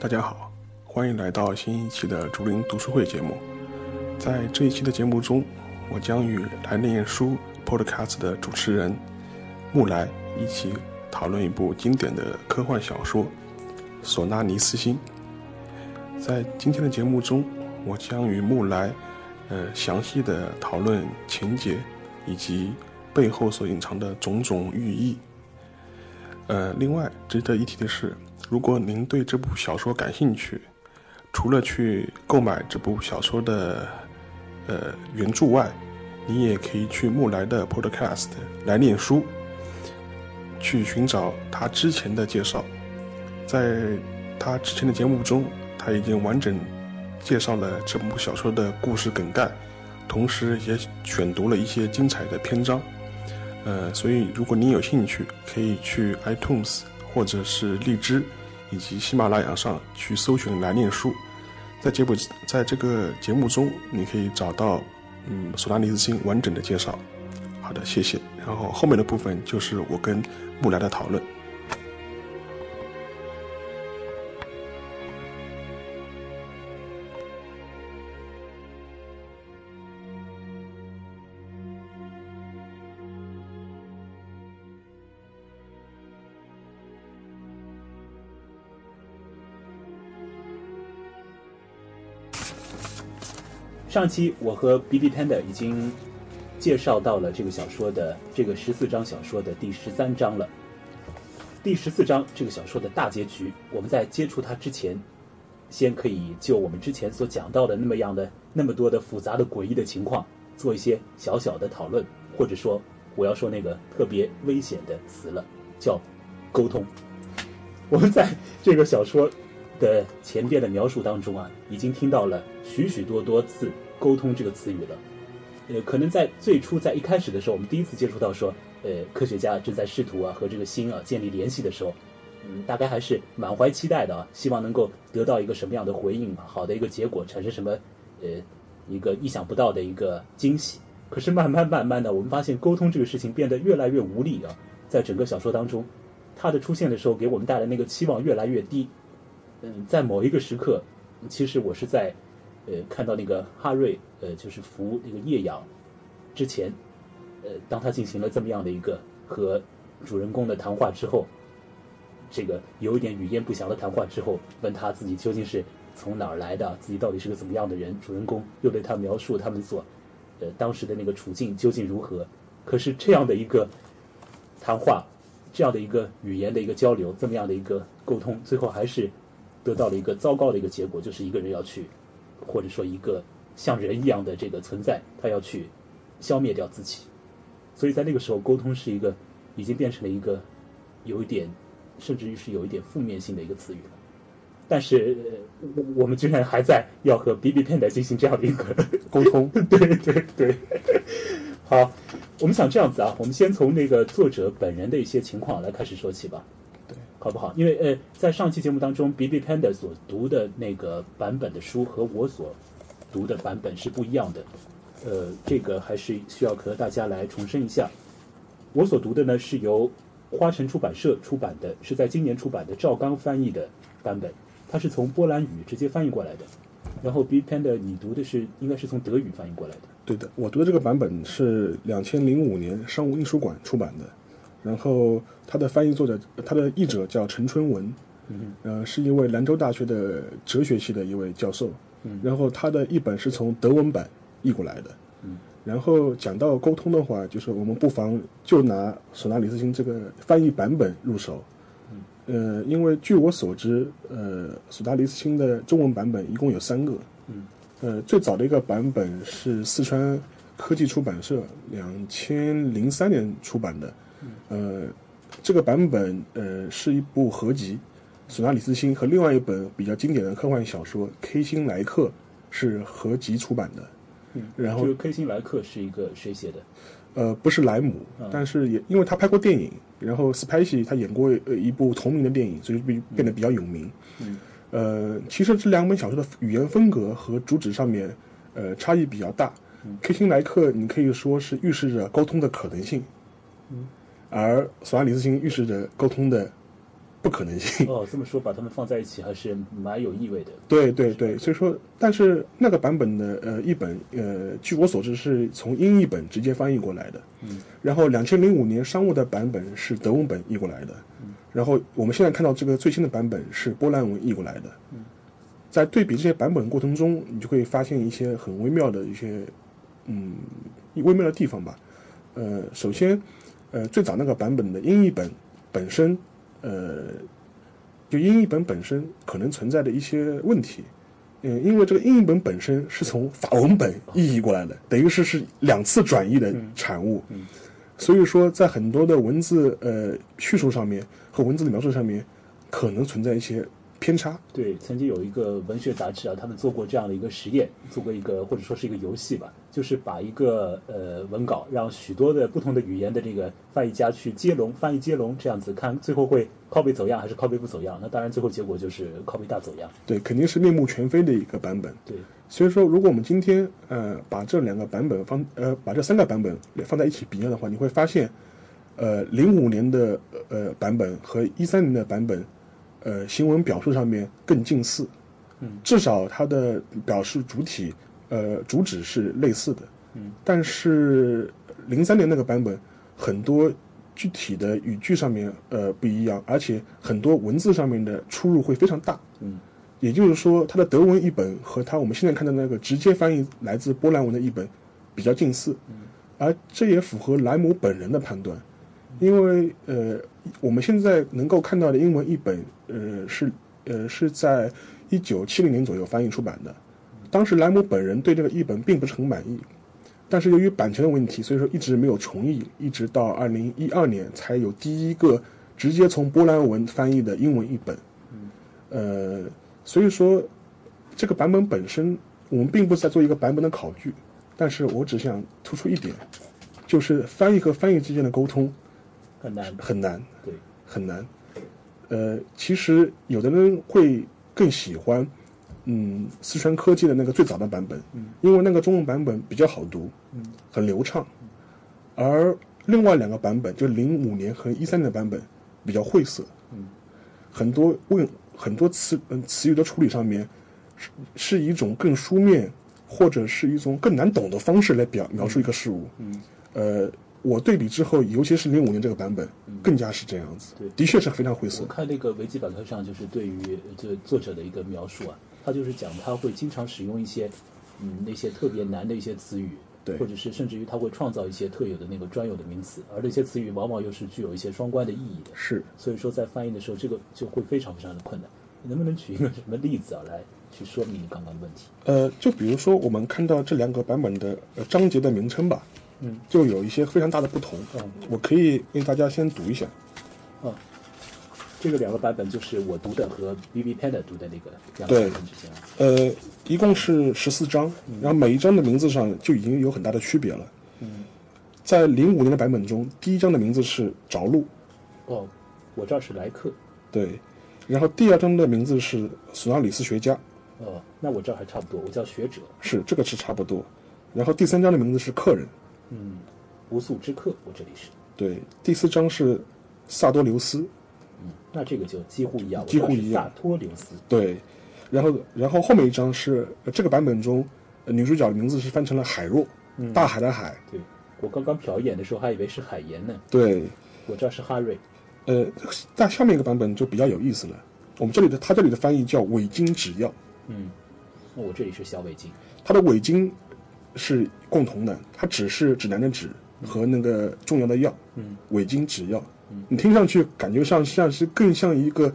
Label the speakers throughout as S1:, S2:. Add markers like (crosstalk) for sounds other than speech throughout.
S1: 大家好，欢迎来到新一期的竹林读书会节目。在这一期的节目中，我将与来念书 Podcast 的主持人木来一起讨论一部经典的科幻小说《索纳尼斯星》。在今天的节目中，我将与木来，呃，详细的讨论情节以及背后所隐藏的种种寓意。呃，另外值得一提的是，如果您对这部小说感兴趣，除了去购买这部小说的呃原著外，你也可以去木来的 Podcast 来念书，去寻找他之前的介绍。在他之前的节目中，他已经完整介绍了这部小说的故事梗概，同时也选读了一些精彩的篇章。呃，所以如果您有兴趣，可以去 iTunes 或者是荔枝以及喜马拉雅上去搜寻“来念书”。在节目在这个节目中，你可以找到嗯索拉尼斯星完整的介绍。好的，谢谢。然后后面的部分就是我跟木来的讨论。
S2: 上期我和 BD Panda 已经介绍到了这个小说的这个十四章小说的第十三章了。第十四章这个小说的大结局，我们在接触它之前，先可以就我们之前所讲到的那么样的那么多的复杂的诡异的情况，做一些小小的讨论，或者说我要说那个特别危险的词了，叫沟通。我们在这个小说的前边的描述当中啊，已经听到了许许多多次“沟通”这个词语了。呃，可能在最初在一开始的时候，我们第一次接触到说，呃，科学家正在试图啊和这个星啊建立联系的时候，嗯，大概还是满怀期待的啊，希望能够得到一个什么样的回应啊，好的一个结果，产生什么呃一个意想不到的一个惊喜。可是慢慢慢慢的，我们发现沟通这个事情变得越来越无力啊，在整个小说当中，它的出现的时候给我们带来那个期望越来越低。嗯，在某一个时刻，其实我是在呃看到那个哈瑞呃就是服那个夜氧之前，呃，当他进行了这么样的一个和主人公的谈话之后，这个有一点语焉不详的谈话之后，问他自己究竟是从哪儿来的，自己到底是个怎么样的人，主人公又对他描述他们所呃当时的那个处境究竟如何。可是这样的一个谈话，这样的一个语言的一个交流，这么样的一个沟通，最后还是得到了一个糟糕的一个结果，就是一个人要去，或者说一个像人一样的这个存在，他要去消灭掉自己。所以在那个时候，沟通是一个已经变成了一个有一点，甚至于是有一点负面性的一个词语了。但是呃我我们居然还在要和 B B Panda 进行这样的一个
S1: 沟通，
S2: 对对对，好，我们想这样子啊，我们先从那个作者本人的一些情况来开始说起吧，
S1: 对，
S2: 好不好？因为呃，在上期节目当中，B B Panda 所读的那个版本的书和我所读的版本是不一样的，呃，这个还是需要和大家来重申一下。我所读的呢是由花城出版社出版的，是在今年出版的赵刚翻译的版本，它是从波兰语直接翻译过来的。然后 B Panda 你读的是应该是从德语翻译过来的。
S1: 对的，我读的这个版本是两千零五年商务印书馆出版的，然后它的翻译作者，它的译者叫陈春文，
S2: 嗯
S1: 呃，是一位兰州大学的哲学系的一位教授，
S2: 嗯
S1: 然后他的译本是从德文版译过来的，
S2: 嗯
S1: 然后讲到沟通的话，就是我们不妨就拿《索纳里斯星》这个翻译版本入手。
S2: 嗯
S1: 呃，因为据我所知，呃，《索纳里斯星》的中文版本一共有三个。
S2: 嗯
S1: 呃，最早的一个版本是四川科技出版社两千零三年出版的。
S2: 嗯
S1: 呃，这个版本呃是一部合集，《索纳里斯星》和另外一本比较经典的科幻小说《K 星来客》是合集出版的。
S2: 嗯，
S1: 然后
S2: 这个 K 辛莱克是一个谁写的？
S1: 呃，不是莱姆，但是也因为他拍过电影，然后斯派西他演过呃一部同名的电影，所以就变变得比较有名。
S2: 嗯
S1: 呃，其实这两本小说的语言风格和主旨上面，呃，差异比较大。K 星莱克，你可以说是预示着沟通的可能性，而索拉里斯星预示着沟通的不可能性。
S2: 哦，这么说把它们放在一起还是蛮有意味的。
S1: 对对对，所以说，但是那个版本的呃译本，呃，据我所知是从英译本直接翻译过来的。
S2: 嗯。
S1: 然后，两千零五年商务的版本是德文本译过来的。
S2: 嗯。
S1: 然后，我们现在看到这个最新的版本是波兰文译过来的。
S2: 嗯。
S1: 在对比这些版本过程中，你就会发现一些很微妙的一些，嗯，微妙的地方吧。呃，首先，呃，最早那个版本的英译本本身，呃，就英译本本身可能存在的一些问题。嗯，因为这个英译本本身是从法文本译译过来的，等于是是两次转译的产物。
S2: 嗯嗯
S1: 所以说，在很多的文字呃叙述上面和文字的描述上面，可能存在一些偏差。
S2: 对，曾经有一个文学杂志啊，他们做过这样的一个实验，做过一个或者说是一个游戏吧，就是把一个呃文稿让许多的不同的语言的这个翻译家去接龙，翻译接龙这样子看，最后会 copy 走样还是 copy 不走样？那当然最后结果就是 copy 大走样。
S1: 对，肯定是面目全非的一个版本。
S2: 对，
S1: 所以说，如果我们今天呃把这两个版本放呃把这三个版本放在一起比较的话，你会发现，呃，零五年的呃版本和一三年的版本，呃，行文表述上面更近似，
S2: 嗯，
S1: 至少它的表示主体呃主旨是类似的，
S2: 嗯，
S1: 但是零三年那个版本很多具体的语句上面呃不一样，而且很多文字上面的出入会非常大，
S2: 嗯，
S1: 也就是说，它的德文译本和它我们现在看到的那个直接翻译来自波兰文的译本比较近似，而这也符合莱姆本人的判断，因为呃，我们现在能够看到的英文译本，呃，是呃是在一九七零年左右翻译出版的，当时莱姆本人对这个译本并不是很满意，但是由于版权的问题，所以说一直没有重译，一直到二零一二年才有第一个直接从波兰文翻译的英文译本。呃，所以说这个版本本身，我们并不是在做一个版本的考据，但是我只想突出一点，就是翻译和翻译之间的沟通
S2: 很难。
S1: 很难
S2: 对，
S1: 很难。呃，其实有的人会更喜欢，嗯，四川科技的那个最早的版本，
S2: 嗯
S1: 因为那个中文版本比较好读，
S2: 嗯
S1: 很流畅，而另外两个版本，就零五年和一三年的版本比较晦涩，
S2: 嗯
S1: 很多问很多词嗯词语的处理上面是是一种更书面或者是一种更难懂的方式来表描述一个事物。
S2: 嗯，嗯
S1: 呃，我对比之后，尤其是零五年这个版本，更加是这样子
S2: 对，
S1: 的确是非常晦涩
S2: 我。看那个维基百科上就是对于呃这作者的一个描述啊，他就是讲他会经常使用一些嗯那些特别难的一些词语，
S1: 对
S2: 或者是甚至于他会创造一些特有的那个专有的名词，而那些词语往往又是具有一些双关的意义的，
S1: 是，
S2: 所以说在翻译的时候这个就会非常非常的困难。你能不能举一个什么例子啊来去说明你刚刚的问题？
S1: 呃，就比如说我们看到这两个版本的、呃、章节的名称吧，
S2: 嗯，
S1: 就有一些非常大的不同。
S2: 嗯
S1: 我可以为大家先读一下。
S2: 啊，这个两个版本就是我读的和 B B Panda 读的那个两个
S1: 对
S2: 版本之间啊，
S1: 呃，一共是十四章，然后每一章的名字上就已经有很大的区别了。
S2: 嗯，
S1: 在零五年的版本中，第一章的名字是着陆，
S2: 哦，我这儿是莱克，
S1: 对，然后第二章的名字是索纳里斯学家，
S2: 哦，那我这儿还差不多，我叫学者，
S1: 是这个是差不多，然后第三章的名字是客人，
S2: 嗯，无宿之客，我这里是，
S1: 对，第四章是萨多留斯，
S2: 嗯，那这个就几乎一样，我
S1: 几乎
S2: 这儿是
S1: 一样
S2: 萨托留斯，
S1: 对，然后然后后面一章是、呃这个版本中、呃女主角的名字是翻成了海若，
S2: 嗯
S1: 大海的海，
S2: 对我刚刚瞟一眼的时候还以为是海盐呢，
S1: 对，
S2: 我这儿是哈瑞，
S1: 呃，但下面一个版本就比较有意思了，我们这里的它这里的翻译叫伪经指药，
S2: 嗯，那我这里是小尾鲸，
S1: 它的伪经是共同的，它只是指南的指和那个重要的药，
S2: 嗯，
S1: 伪经指药，你听上去感觉上像是更像一个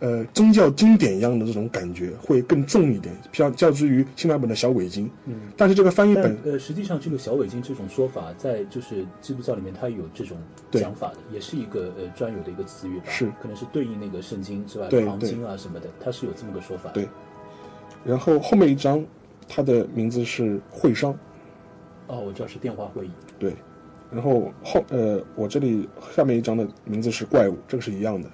S1: 呃宗教经典一样的这种感觉，会更重一点，相较之于新版本的小伪经，
S2: 嗯，
S1: 但是这个翻译
S2: 但
S1: 本
S2: 呃，实际上这个小尾鲸这种说法在就是基督教里面它有这种
S1: 对
S2: 讲法的，也是一个呃专有的一个词语吧，
S1: 是
S2: 可能是对应那个圣经之外
S1: 对
S2: 黄经啊什么的，它是有这么个说法，
S1: 对，然后后面一章它的名字是会商，
S2: 哦，我这儿是电话会议，
S1: 对，然后后呃，我这里下面一章的名字是怪物，这个是一样的。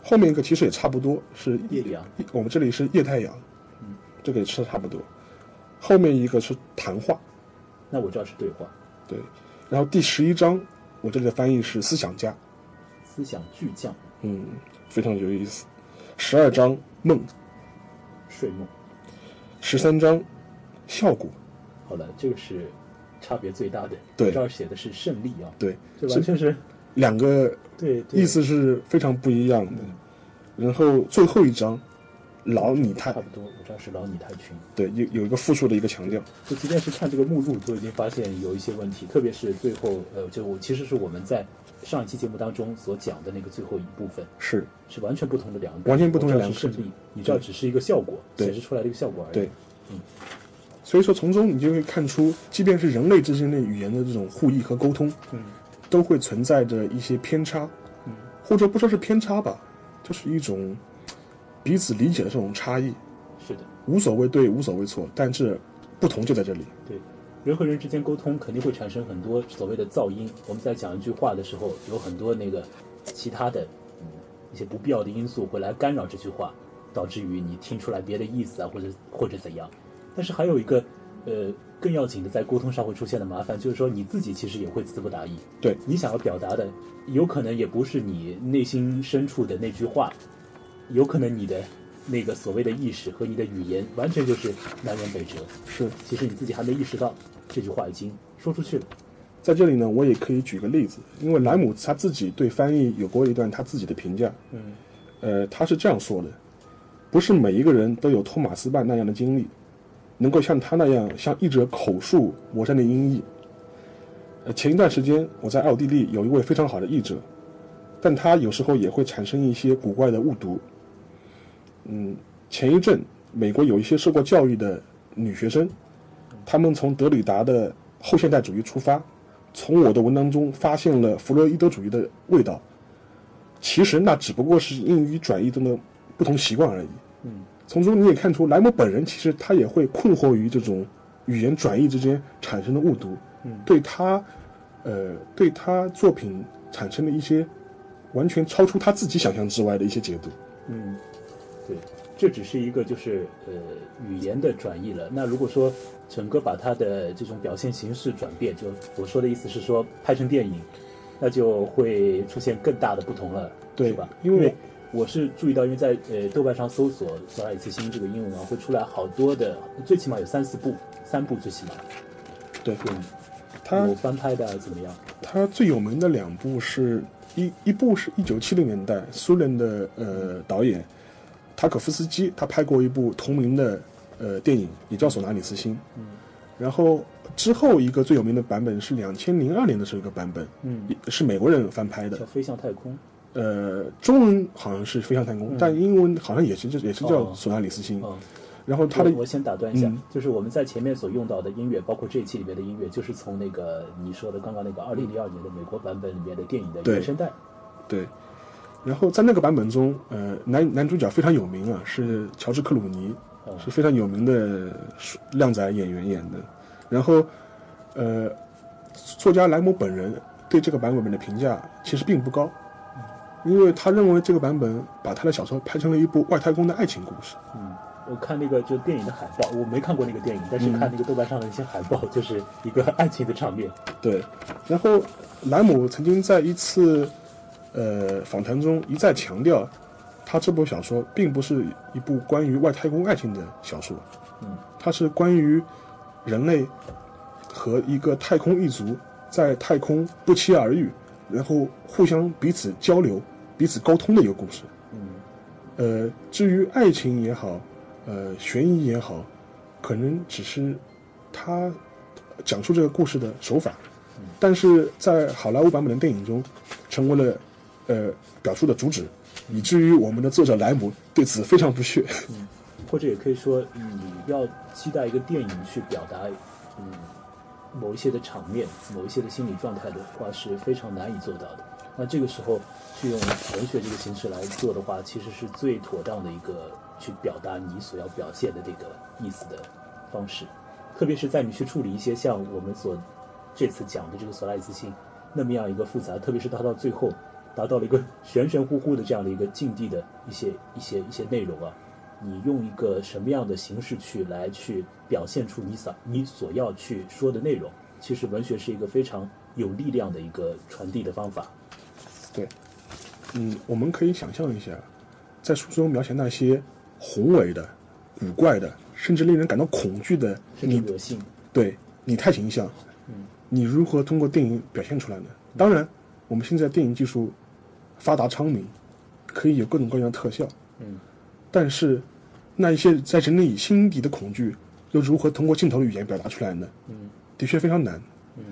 S1: 后面一个其实也差不多，是
S2: 夜里啊，
S1: 我们这里是夜太阳，这个也是差不多。后面一个是谈话，
S2: 那我这儿是对话，
S1: 对，然后第十一章我这里的翻译是思想家，
S2: 思想巨匠，
S1: 嗯，非常有意思。十二章梦，
S2: 睡梦。
S1: 十三章效果，
S2: 好了，这个是差别最大的。
S1: 对
S2: 这儿写的是胜利啊，
S1: 对，
S2: 这完全是
S1: 两个
S2: 对对
S1: 意思是非常不一样的。然后最后一章，老拟态
S2: 差，不多。我这儿是老拟态群，
S1: 对，有有一个复述的一个强调，
S2: 就即便是看这个目录，都已经发现有一些问题，特别是最后呃，就我其实是我们在上一期节目当中所讲的那个最后一部分。
S1: 是
S2: 是完全不同的两个，
S1: 完全不同的两
S2: 我
S1: 个
S2: 这儿是胜利，你这儿只是一个效果，
S1: 对
S2: 显示出来的一个效果而已。
S1: 对，
S2: 嗯，
S1: 所以说从中你就会看出，即便是人类之间的语言的这种互译和沟通，
S2: 嗯
S1: 都会存在着一些偏差，
S2: 嗯，
S1: 或者不说是偏差吧，就是一种彼此理解的这种差异，
S2: 是的，
S1: 无所谓对，无所谓错，但是不同就在这里。
S2: 对，人和人之间沟通肯定会产生很多所谓的噪音。我们在讲一句话的时候，有很多那个其他的嗯一些不必要的因素会来干扰这句话，导致于你听出来别的意思啊，或者或者怎样。但是还有一个呃更要紧的，在沟通上会出现的麻烦，就是说你自己其实也会词不达意。
S1: 对
S2: 你想要表达的，有可能也不是你内心深处的那句话，有可能你的那个所谓的意识和你的语言完全就是南辕北辙。
S1: 是，
S2: 其实你自己还没意识到这句话已经说出去了。
S1: 在这里呢，我也可以举个例子，因为莱姆他自己对翻译有过一段他自己的评价，
S2: 嗯，
S1: 呃，他是这样说的：不是每一个人都有托马斯曼那样的经历，能够像他那样像译者口述我山的音译。呃，前一段时间我在奥地利有一位非常好的译者，但他有时候也会产生一些古怪的误读。嗯，前一阵美国有一些受过教育的女学生，她们从德里达的后现代主义出发，从我的文章中发现了弗洛伊德主义的味道。其实那只不过是英语转译中的不同习惯而已。
S2: 嗯，
S1: 从中你也看出，莱姆本人其实他也会困惑于这种语言转译之间产生的误读，
S2: 嗯
S1: 对他，呃，对他作品产生的一些完全超出他自己想象之外的一些解读。
S2: 嗯，对，这只是一个就是呃语言的转译了。那如果说整个把它的这种表现形式转变，就我说的意思是说拍成电影，那就会出现更大的不同了，
S1: 对
S2: 是吧？
S1: 因为
S2: 我是注意到，因为在呃豆瓣上搜索“索尔里茨星”这个英文啊，会出来好多的，最起码有三四部，三部最起码，
S1: 对
S2: 嗯，
S1: 他
S2: 有，翻拍的啊怎么样？
S1: 他最有名的两部是一一部是一九七零年代苏联的呃导演塔可夫斯基，他拍过一部同名的呃电影，也叫《索纳里斯星》。
S2: 嗯
S1: 然后之后一个最有名的版本是两千零二年的时候一个版本，
S2: 嗯，
S1: 是美国人翻拍
S2: 叫
S1: 的。
S2: 《飞向太空》。
S1: 呃，中文好像是《飞向太空》
S2: 嗯
S1: 但英文好像也是也是叫
S2: 哦
S1: 《索纳里斯星》
S2: 嗯，
S1: 然后它的
S2: 我我先打断一下、
S1: 嗯
S2: 就是我们在前面所用到的音乐，包括这一期里面的音乐，就是从那个你说的刚刚那个二零零二年的美国版本里面的电影的
S1: 对
S2: 原声带。
S1: 对，然后在那个版本中，呃，男男主角非常有名啊，是乔治克鲁尼，
S2: 哦
S1: 是非常有名的靓仔演员演的。然后，呃，作家莱姆本人对这个版本的评价其实并不高，因为他认为这个版本把他的小说拍成了一部外太空的爱情故事。
S2: 嗯，我看那个就电影的海报，我没看过那个电影，
S1: 嗯
S2: 但是看那个豆瓣上的一些海报，就是一个 (laughs) 爱情的场面。
S1: 对，然后莱姆曾经在一次呃访谈中一再强调，他这部小说并不是一部关于外太空爱情的小说，
S2: 嗯，
S1: 它是关于人类和一个太空一族在太空不期而遇，然后互相彼此交流、彼此沟通的一个故事。
S2: 嗯
S1: 呃，至于爱情也好，呃，悬疑也好，可能只是他讲述这个故事的手法，但是在好莱坞版本的电影中，成为了呃表述的主旨，以至于我们的作者莱姆对此非常不屑。
S2: 或者也可以说，嗯你要期待一个电影去表达，嗯，某一些的场面、某一些的心理状态的话，是非常难以做到的。那这个时候去用文学这个形式来做的话，其实是最妥当的一个去表达你所要表现的这个意思的方式。特别是在你去处理一些像我们所这次讲的这个索拉里斯星那么样一个复杂，特别是它到最后达到了一个玄玄乎乎的这样的一个境地的一些一些一些内容啊，你用一个什么样的形式去来去表现出你所你所要去说的内容，其实文学是一个非常有力量的一个传递的方法。
S1: 对， (laughs) 嗯，我们可以想象一下，在书中描写那些宏伟的、古怪的，甚至令人感到恐惧的
S2: 甚至
S1: 拟
S2: 恶心。
S1: 对拟态形象，你如何通过电影表现出来呢？当然，我们现在电影技术发达昌明，可以有各种各样的特效，
S2: 嗯，
S1: 但是那一些在人类心底的恐惧，又如何通过镜头的语言表达出来呢？
S2: 嗯，
S1: 的确非常难。
S2: 嗯，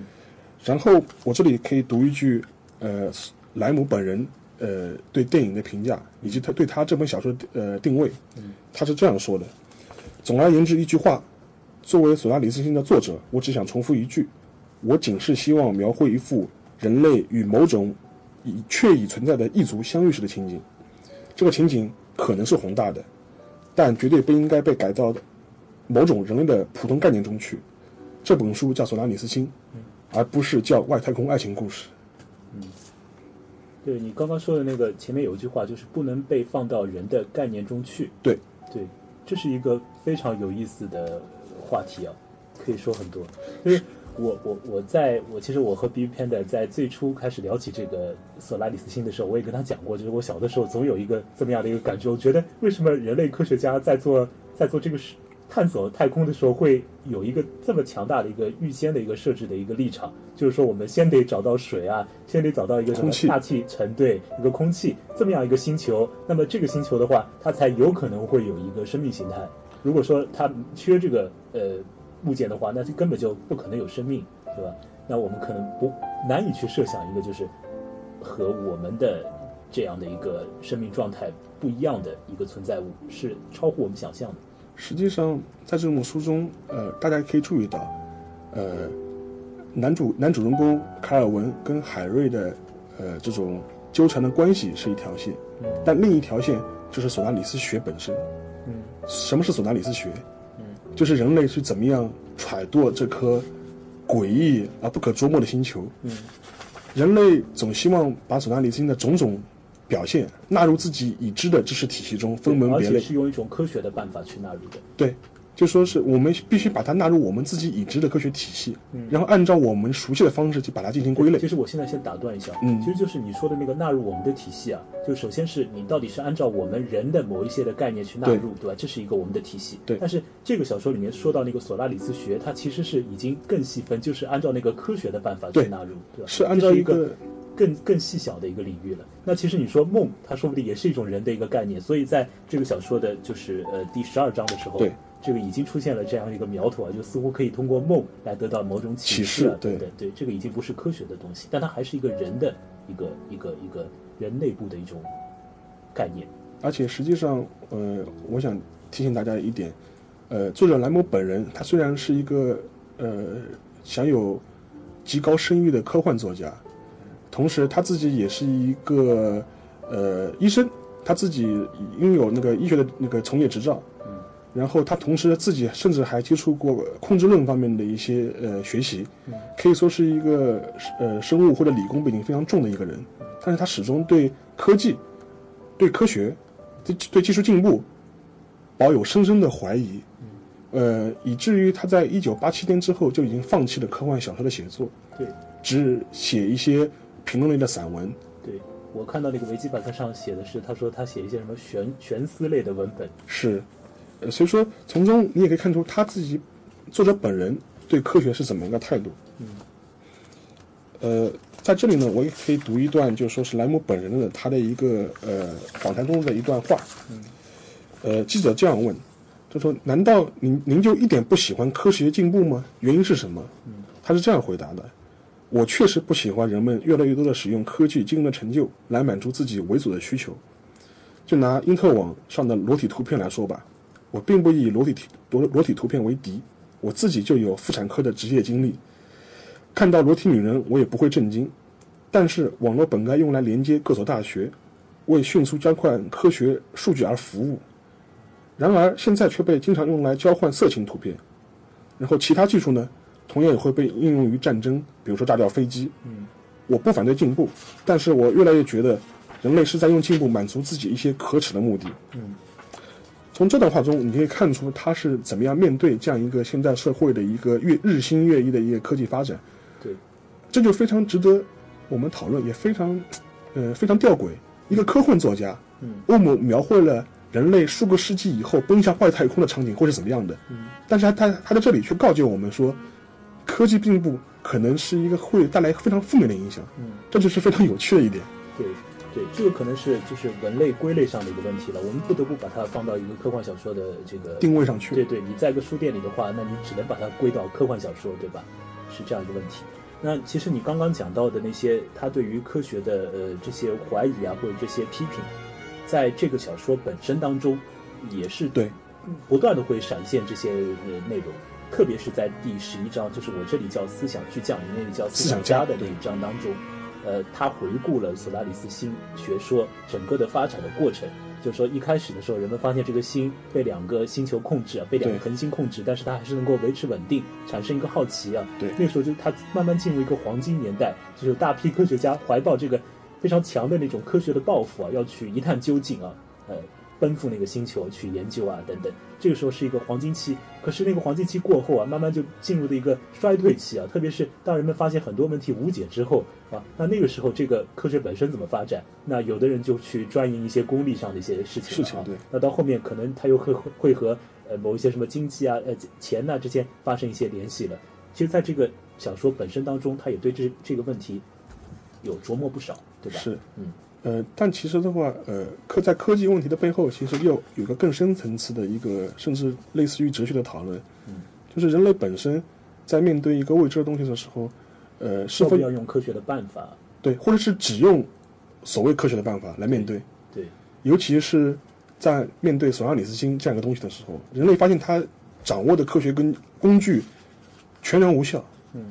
S1: 然后我这里可以读一句，呃，莱姆本人呃对电影的评价，以及他对他这本小说的呃定位，他是这样说的：总而言之，一句话，作为《索拉里斯星》的作者，我只想重复一句：我仅是希望描绘一幅人类与某种已确已存在的异族相遇时的情景。这个情景可能是宏大的，但绝对不应该被改到某种人类的普通概念中去。这本书叫《索拉里斯星》，而不是叫《外太空爱情故事》。
S2: 对你刚刚说的那个，前面有一句话，就是不能被放到人的概念中去。
S1: 对，
S2: 对，这是一个非常有意思的话题啊，可以说很多。就是我我我在我其实我和 B B Panda 在最初开始聊起这个索拉里斯星的时候，我也跟他讲过，就是我小的时候总有一个这么样的一个感觉，我觉得为什么人类科学家在做在做这个事探索太空的时候，会有一个这么强大的一个预先的一个设置的一个立场，就是说我们先得找到水啊，先得找到一个什么
S1: 空气
S2: 大气层，对，一个空气这么样一个星球，那么这个星球的话，它才有可能会有一个生命形态。如果说它缺这个呃物件的话，那就根本就不可能有生命，对吧？那我们可能不难以去设想一个就是和我们的这样的一个生命状态不一样的一个存在物，是超乎我们想象的。
S1: 实际上，在这本书中，呃，大家可以注意到，呃，男主男主人公卡尔文跟海瑞的，呃，这种纠缠的关系是一条线，但另一条线就是索纳里斯学本身。
S2: 嗯
S1: 什么是索纳里斯学？
S2: 嗯，
S1: 就是人类是怎么样揣度这颗诡异而不可捉摸的星球。
S2: 嗯
S1: 人类总希望把索纳里斯星的种种表现纳入自己已知的知识体系中，分门
S2: 而
S1: 别
S2: 且
S1: 类。
S2: 是用一种科学的办法去纳入的。
S1: 对，就说是我们必须把它纳入我们自己已知的科学体系，然后按照我们熟悉的方式去把它进行归类
S2: 其。实我现在先打断一下，
S1: 嗯
S2: 其实就是你说的那个纳入我们的体系啊，就首先是你到底是按照我们人的某一些的概念去纳入，对吧？这是一个我们的体系。
S1: 对
S2: 但是这个小说里面说到那个索拉里斯学，它其实是已经更细分，就是按照那个科学的办法去
S1: 对
S2: 纳入，对吧？
S1: 是按照
S2: 这是
S1: 一
S2: 一
S1: 个
S2: 更更细小的一个领域了。那其实你说梦，它说不定也是一种人的一个概念，所以在这个小说的就是呃第十二章的时候，
S1: 对
S2: 这个已经出现了这样一个苗头啊，就似乎可以通过梦来得到某种启
S1: 启
S2: 示啊
S1: 示，对
S2: 不对对，这个已经不是科学的东西，但它还是一个人的一个一个一个人内部的一种概念。
S1: 而且实际上，呃，我想提醒大家一点，呃，作者兰姆本人他虽然是一个呃享有极高声誉的科幻作家，同时他自己也是一个呃医生，他自己拥有那个医学的那个从业执照，
S2: 嗯
S1: 然后他同时自己甚至还接触过控制论方面的一些呃学习，
S2: 嗯
S1: 可以说是一个呃生物或者理工背景非常重的一个人，但是他始终对科技、对科学、对对技术进步保有深深的怀疑，呃，以至于他在一九八七年之后就已经放弃了科幻小说的写作，
S2: 对，
S1: 只写一些评论类的散文，
S2: 对我看到那个维基百科上写的是，他说他写一些什么悬悬思类的文本，
S1: 是，呃，所以说从中你也可以看出他自己作者本人对科学是怎么一个态度。嗯，呃，在这里呢，我也可以读一段，就说是莱姆本人的他的一个呃访谈中的一段话。嗯，呃，记者这样问，他说：“难道您您就一点不喜欢科学进步吗？原因是什么？”他是这样回答的。我确实不喜欢人们越来越多的使用科技、金融的成就来满足自己为主的需求。就拿因特网上的裸体图片来说吧，我并不以裸体裸裸体图片为敌，我自己就有妇产科的职业经历，看到裸体女人我也不会震惊。但是网络本该用来连接各所大学，为迅速交换科学数据而服务，然而现在却被经常用来交换色情图片。然后其他技术呢，同样也会被应用于战争，比如说炸掉飞机。
S2: 嗯
S1: 我不反对进步，但是我越来越觉得，人类是在用进步满足自己一些可耻的目的。
S2: 嗯，
S1: 从这段话中，你可以看出他是怎么样面对这样一个现代社会的一个越日新月异的一个科技发展，
S2: 对。
S1: 这就非常值得我们讨论，也非常，呃，非常吊诡。一个科幻作家，欧姆描绘了人类数个世纪以后奔向外太空的场景会是怎么样的。但是他他他在这里却告诫我们说，科技进步可能是一个会带来非常负面的影响。这就是非常有趣的一点。
S2: 对，对，这个可能是就是文类归类上的一个问题了。我们不得不把它放到一个科幻小说的这个
S1: 定位上去，
S2: 对对，你在一个书店里的话，那你只能把它归到科幻小说，对吧？是这样一个问题。那其实你刚刚讲到的那些，他对于科学的呃这些怀疑啊，或者这些批评，在这个小说本身当中，也是
S1: 对
S2: 不断的会闪现这些呃内容，特别是在第十一章，就是我这里叫思想巨匠，你那里叫思想家的那一章当中，呃，他回顾了索拉里斯星学说整个的发展的过程。就是说，一开始的时候，人们发现这个星被两个星球控制，啊，被两个
S1: 对
S2: 恒星控制，但是它还是能够维持稳定，产生一个好奇啊。
S1: 对
S2: 那个时候就它慢慢进入一个黄金年代，就是有大批科学家怀抱这个非常强的那种科学的抱负啊，要去一探究竟啊，呃，奔赴那个星球去研究啊等等。这个时候是一个黄金期，可是那个黄金期过后啊，慢慢就进入了一个衰退期啊。特别是当人们发现很多问题无解之后啊，那那个时候这个科学本身怎么发展？那有的人就去钻研一些功利上的一些事情了啊。
S1: 事情对
S2: 那到后面可能它又会会和呃某一些什么经济啊、呃钱呐、之间发生一些联系了。其实，在这个小说本身当中，他也对这这个问题有琢磨不少，对吧？
S1: 是，
S2: 嗯，
S1: 呃，但其实的话，呃，科在科技问题的背后，其实又有一个更深层次的一个，甚至类似于哲学的讨论，
S2: 嗯
S1: 就是人类本身在面对一个未知的东西的时候，呃，是
S2: 要
S1: 否
S2: 不要用科学的办法？
S1: 对，或者是只用所谓科学的办法来面对，
S2: 对，
S1: 尤其是在面对索拉里斯星这样一个东西的时候，人类发现它掌握的科学跟工具全然无效。
S2: 嗯，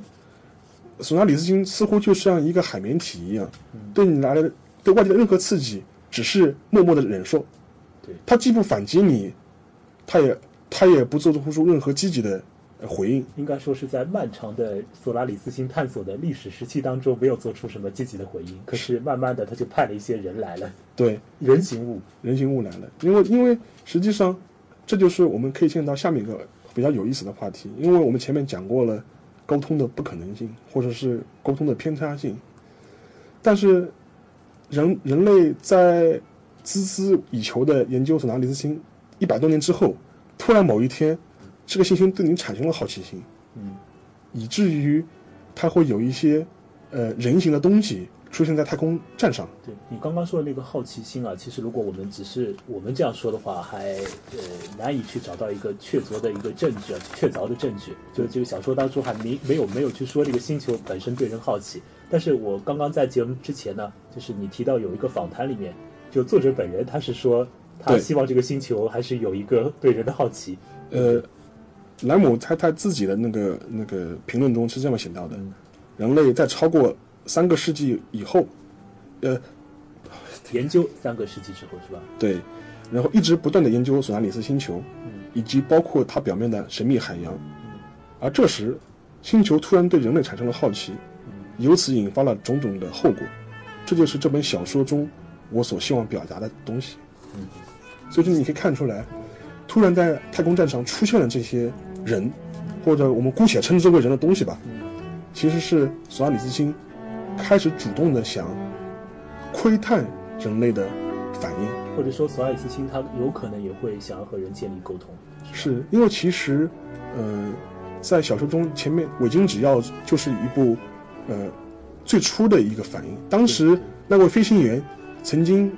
S1: 索拉里斯星似乎就像一个海绵体一样，对你来的对外界的任何刺激，只是默默的忍受。
S2: 对
S1: 它既不反击你，它也它也不做出任何积极的呃回应。
S2: 应该说是在漫长的索拉里斯星探索的历史时期当中，没有做出什么积极的回应。可是慢慢的，他就派了一些人来了，
S1: 对，
S2: 人形物。
S1: 人形物来了，因为因为实际上这就是我们可以见到下面一个比较有意思的话题，因为我们前面讲过了沟通的不可能性，或者是沟通的偏差性，但是人人类在孜孜以求的研究索拿里斯星一百多年之后，突然某一天，这个星星对你产生了好奇心，
S2: 嗯，
S1: 以至于它会有一些呃人形的东西出现在太空站上，
S2: 对你刚刚说的那个好奇心啊，其实如果我们只是我们这样说的话，还呃难以去找到一个确凿的一个证据，啊，确凿的证据。就是这个小说当中还没没有没有去说这个星球本身对人好奇，但是我刚刚在节目之前呢，就是你提到有一个访谈里面，就作者本人他是说他
S1: 对
S2: 希望这个星球还是有一个对人的好奇。
S1: 呃，莱姆他他自己的那个那个评论中是这么写到的：人类在超过三个世纪以后，呃，
S2: 研究三个世纪之后是吧？
S1: 对，然后一直不断的研究索拉里斯星球，以及包括它表面的神秘海洋。而这时，星球突然对人类产生了好奇，由此引发了种种的后果。这就是这本小说中我所希望表达的东西。所以就你可以看出来，突然在太空站上出现了这些人，或者我们姑且称之为人的东西吧，其实是索拉里斯星开始主动的想窥探人类的反应。
S2: 或者说索尔斯星他有可能也会想要和人建立沟通。
S1: 是因为其实，呃，在小说中前面《伪君只要》就是一部，呃，最初的一个反应。当时那位飞行员曾经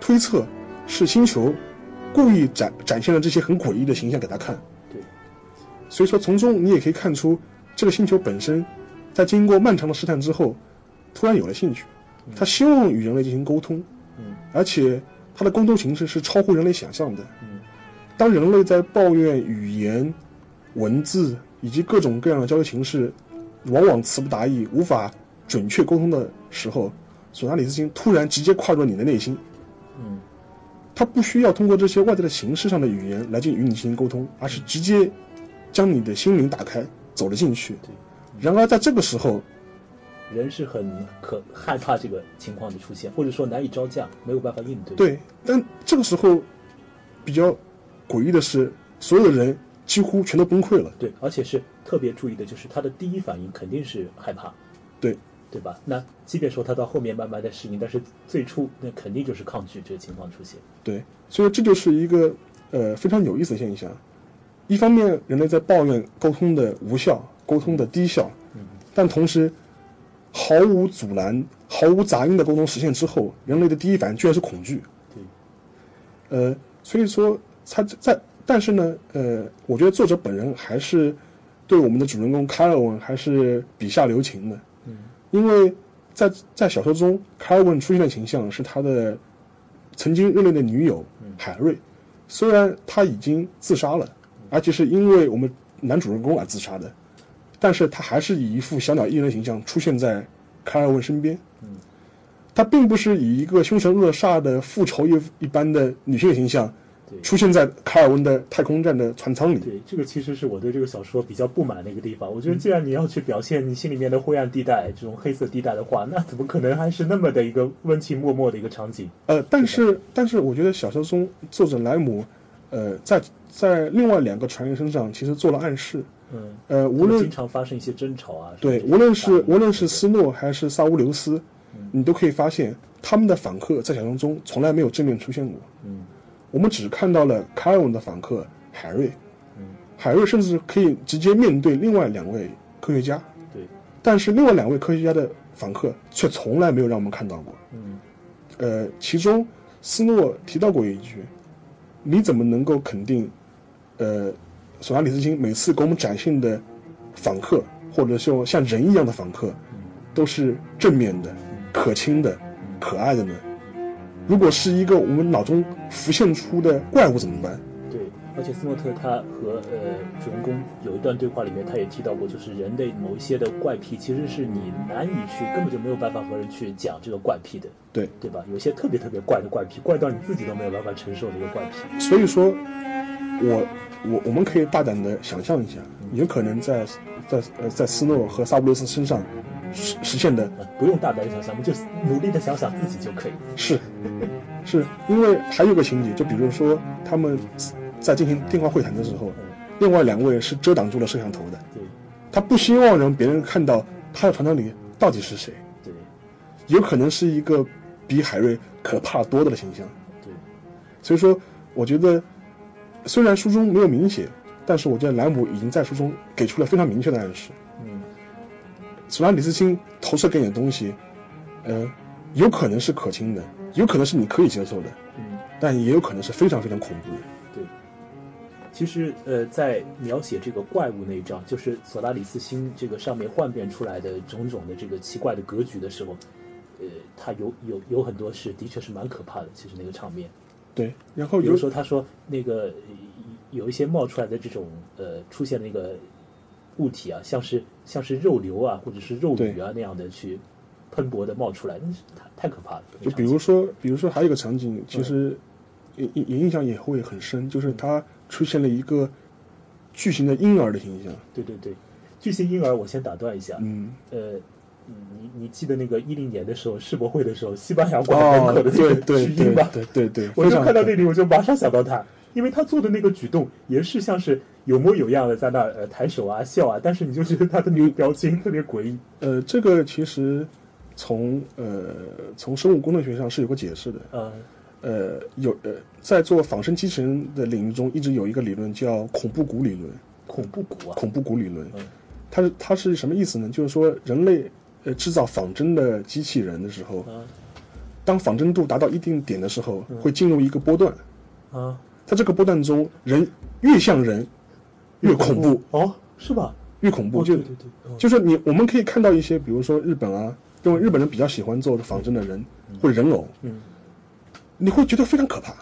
S1: 推测是星球故意展展现了这些很诡异的形象给他看，
S2: 对，
S1: 所以说从中你也可以看出这个星球本身在经过漫长的试探之后，突然有了兴趣，他希望与人类进行沟通，
S2: 嗯，
S1: 而且它的沟通形式是超乎人类想象的，当人类在抱怨语言、文字以及各种各样的交流形式，往往词不达意，无法准确沟通的时候，索纳里斯星突然直接跨入你的内心。
S2: 嗯，
S1: 它不需要通过这些外在的形式上的语言来进与你进行沟通，而是直接将你的心灵打开，走了进去。然而在这个时候，
S2: 人是很可害怕这个情况的出现，或者说难以招架，没有办法应对。，
S1: 对，但这个时候比较诡异的是，所有的人几乎全都崩溃了。
S2: 对，而且是特别注意的，就是他的第一反应肯定是害怕。
S1: 对，
S2: 对吧？那即便说他到后面慢慢的适应，但是最初那肯定就是抗拒这个情况出现。
S1: 对，所以这就是一个呃非常有意思的现象。一方面，人类在抱怨沟通的无效、沟通的低效，但同时毫无阻拦、毫无杂音的沟通实现之后，人类的第一反应居然是恐惧。
S2: 对，
S1: 呃，所以说他在，但是呢，呃，我觉得作者本人还是对我们的主人公卡尔文还是笔下留情的，
S2: 嗯，
S1: 因为在在小说中，卡尔文出现的形象是他的曾经热恋的女友
S2: 嗯
S1: 海瑞，虽然她已经自杀了，而且是因为我们男主人公而自杀的，但是他还是以一副小鸟依人的形象出现在卡尔文身边。
S2: 嗯
S1: 她并不是以一个凶神恶煞的复仇一一般的女性形象
S2: 对
S1: 出现在卡尔文的太空站的船舱里。
S2: 对，这个其实是我对这个小说比较不满的一个地方。我觉得，既然你要去表现你心里面的灰暗地带、这种黑色地带的话，那怎么可能还是那么的一个温情脉脉的一个场景？
S1: 呃，但是但是我觉得小说中作者莱姆，呃，在在另外两个船员身上其实做了暗示。
S2: 嗯，
S1: 呃，无
S2: 他们
S1: 论
S2: 经常发生一些争吵啊，
S1: 对，
S2: 什么
S1: 无论是
S2: 这种
S1: 无论是斯诺还是萨乌留斯，你都可以发现他们的访客在小说中从来没有正面出现过。
S2: 嗯，
S1: 我们只看到了凯尔文的访客海瑞
S2: 嗯，
S1: 海瑞甚至可以直接面对另外两位科学家，
S2: 对，
S1: 但是另外两位科学家的访客却从来没有让我们看到过。
S2: 嗯，
S1: 呃，其中斯诺提到过一句：“你怎么能够肯定，呃，索拉里斯汀每次给我们展现的访客，或者说像人一样的访客，都是正面的、可亲的、可爱的呢？如果是一个我们脑中浮现出的怪物怎么办？
S2: 对，而且斯诺特他和呃主人公有一段对话里面，他也提到过，就是人的某一些的怪癖，其实是你难以去，根本就没有办法和人去讲这个怪癖的，
S1: 对，
S2: 对吧？有些特别特别怪的怪癖，怪到你自己都没有办法承受的一个怪癖。
S1: 所以说，我我我们可以大胆的想象一下，有可能在在呃在斯诺和萨布雷斯身上实实现的
S2: 呃不用大胆想象，我们就努力的想想自己就可以。
S1: 是，是因为还有个情节，就比如说他们在进行电话会谈的时候，
S2: 嗯，
S1: 另外两位是遮挡住了摄像头的，
S2: 对
S1: 他不希望让别人看到他的船长里到底是谁，
S2: 对
S1: 有可能是一个比海瑞可怕多的形象。
S2: 对，
S1: 所以说，我觉得虽然书中没有明写，但是我觉得莱姆已经在书中给出了非常明确的暗示。
S2: 嗯，
S1: 索拉里斯汀投射给你的东西，呃，有可能是可亲的，有可能是你可以接受的，
S2: 嗯。
S1: 但也有可能是非常非常恐怖的。
S2: 其实，呃，在描写这个怪物那一章，就是索拉里斯星这个上面幻变出来的种种的这个奇怪的格局的时候，呃，它有有有很多是的确是蛮可怕的。其实那个场面，
S1: 对，然后
S2: 比
S1: 有
S2: 如说他说那个呃有一些冒出来的这种呃出现那个物体啊，像是像是肉瘤啊，或者是肉
S1: 对
S2: 羽啊那样的去喷薄的冒出来，那是太太可怕了。
S1: 就
S2: 那个
S1: 比
S2: 场景
S1: 如说，比如说还有一个场景，其实影影影响也会很深，就是它出现了一个巨型的婴儿的形象。
S2: 对对对，巨型婴儿，我先打断一下，
S1: 嗯，
S2: 呃，你你你记得那个一零年的时候世博会的时候，西班牙管门
S1: 哦，对
S2: 口的那
S1: 对
S2: 个
S1: 对
S2: 巨婴吧？
S1: 对对对，非
S2: 我就
S1: 常
S2: 看到那里，我就马上想到他，因为他做的那个举动也是像是有模有样的在那儿呃抬手啊笑啊，但是你就觉得他的那个表情特别诡异。
S1: 呃，这个其实从呃从生物工程学上是有个解释的。
S2: 呃，
S1: (laughs) 呃，有呃，在做仿生机器人的领域中，一直有一个理论叫恐怖谷理论。
S2: 恐怖谷啊，
S1: 恐怖谷理论
S2: 嗯，
S1: 它是它是什么意思呢？就是说人类呃制造仿真的机器人的时候，
S2: 啊
S1: 当仿真度达到一定点的时候，
S2: 嗯
S1: 会进入一个波段，
S2: 啊，
S1: 在这个波段中，人越像人越恐怖，
S2: 哦，是吧？
S1: 越恐怖
S2: 哦
S1: 就
S2: 对对对，嗯
S1: 就是你我们可以看到一些，比如说日本啊，因为日本人比较喜欢做仿真的人或者人偶，
S2: 嗯，
S1: 你会觉得非常可怕。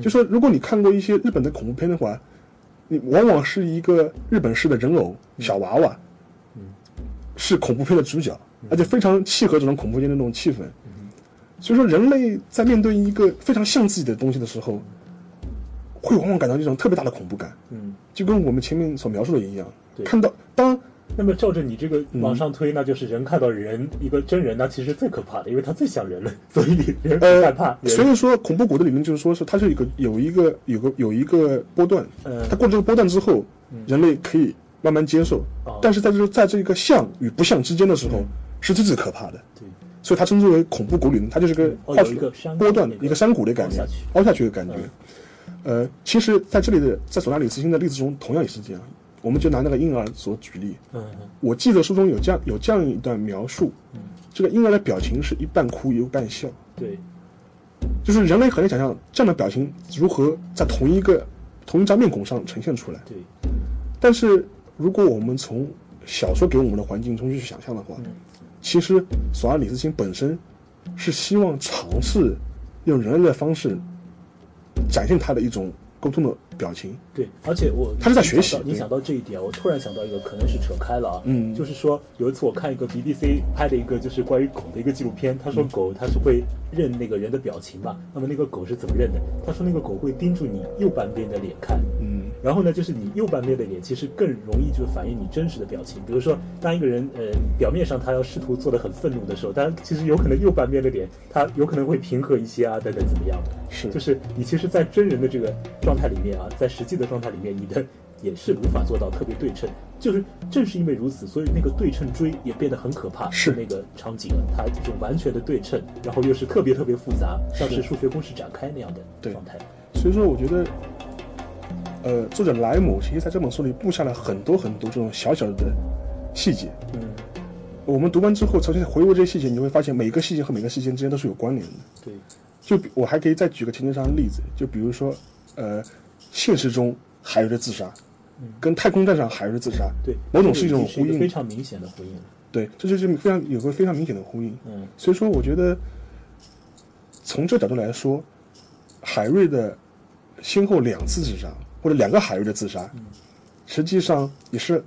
S1: 就说如果你看过一些日本的恐怖片的话，你往往是一个日本式的人偶小娃娃，是恐怖片的主角，而且非常契合这种恐怖片的那种气氛。所以说，人类在面对一个非常像自己的东西的时候，会往往感到一种特别大的恐怖感，
S2: 嗯。
S1: 就跟我们前面所描述的一样
S2: 对。
S1: 看到当
S2: 那么照着你这个往上推，那就是人看到人一个真人，那其实最可怕的，因为他最像人了，所以人很害怕
S1: 呃，。
S2: 人
S1: 所以说恐怖谷的理论就是说是它是一个有一个有个有一个波段，
S2: 嗯
S1: 它过了这个波段之后，人类可以慢慢接受
S2: 哦，嗯
S1: 但是在这在这个像与不像之间的时候，是最最可怕的。
S2: 对，
S1: 所以它称之为恐怖谷岭，它就是个
S2: 哦
S1: 跨
S2: 有一个山
S1: 波段
S2: 那个
S1: 一个山谷的感觉
S2: 凹下去，嗯
S1: 凹下去的感觉。呃，其实在这里的在索纳里斯星的例子中，同样也是这样。我们就拿那个婴儿所举例，
S2: 嗯嗯
S1: 我记得书中有这样有这样一段描述，这个婴儿的表情是一半哭一半笑，
S2: 对，
S1: 就是人类很难想象这样的表情如何在同一个同一张面孔上呈现出来。
S2: 对，
S1: 但是如果我们从小说给我们的环境中去想象的话，其实索安里斯星本身是希望尝试用人类的方式展现他的一种沟通的表情。
S2: 对，而且我
S1: 他是在学习
S2: 你想到你想到这一点，我突然想到一个，可能是扯开了啊，
S1: 嗯
S2: 就是说有一次我看一个 BBC 拍的一个就是关于狗的一个纪录片，他说
S1: 嗯
S2: 狗它是会认那个人的表情嘛，那么那个狗是怎么认的？他说那个狗会盯住你右半边的脸看，
S1: 嗯，
S2: 然后呢，就是你右半边的脸，其实更容易就是反映你真实的表情。比如说，当一个人呃表面上他要试图做的很愤怒的时候，当然其实有可能右半边的脸他有可能会平和一些啊，等等怎么样？
S1: 是
S2: 就是你其实，在真人的这个状态里面啊，在实际的状态里面，你的也是无法做到特别对称。就是正是因为如此，所以那个对称追也变得很可怕。
S1: 是
S2: 那个场景，啊它这种完全的对称，然后又是特别特别复杂，像是数学公式展开那样的
S1: 对
S2: 状态。
S1: 所以说我觉得，呃，作者莱姆其实在这本书里布下了很多很多这种小小的细节。
S2: 嗯，
S1: 我们读完之后，重新回味这些细节，你会发现每个细节和每个细节之间都是有关联的。
S2: 对，
S1: 就比我还可以再举个情节上的例子，就比如说，呃，现实中海瑞的自杀，跟太空站上海瑞的自杀，
S2: 嗯对，
S1: 某种是一种
S2: 这个
S1: 呼
S2: 是一个非
S1: 应，
S2: 常明显的呼应。
S1: 对，这就是非常有个非常明显的呼应。
S2: 嗯
S1: 所以说，我觉得从这角度来说，海瑞的先后两次自杀，或者两个海瑞的自杀，实际上也是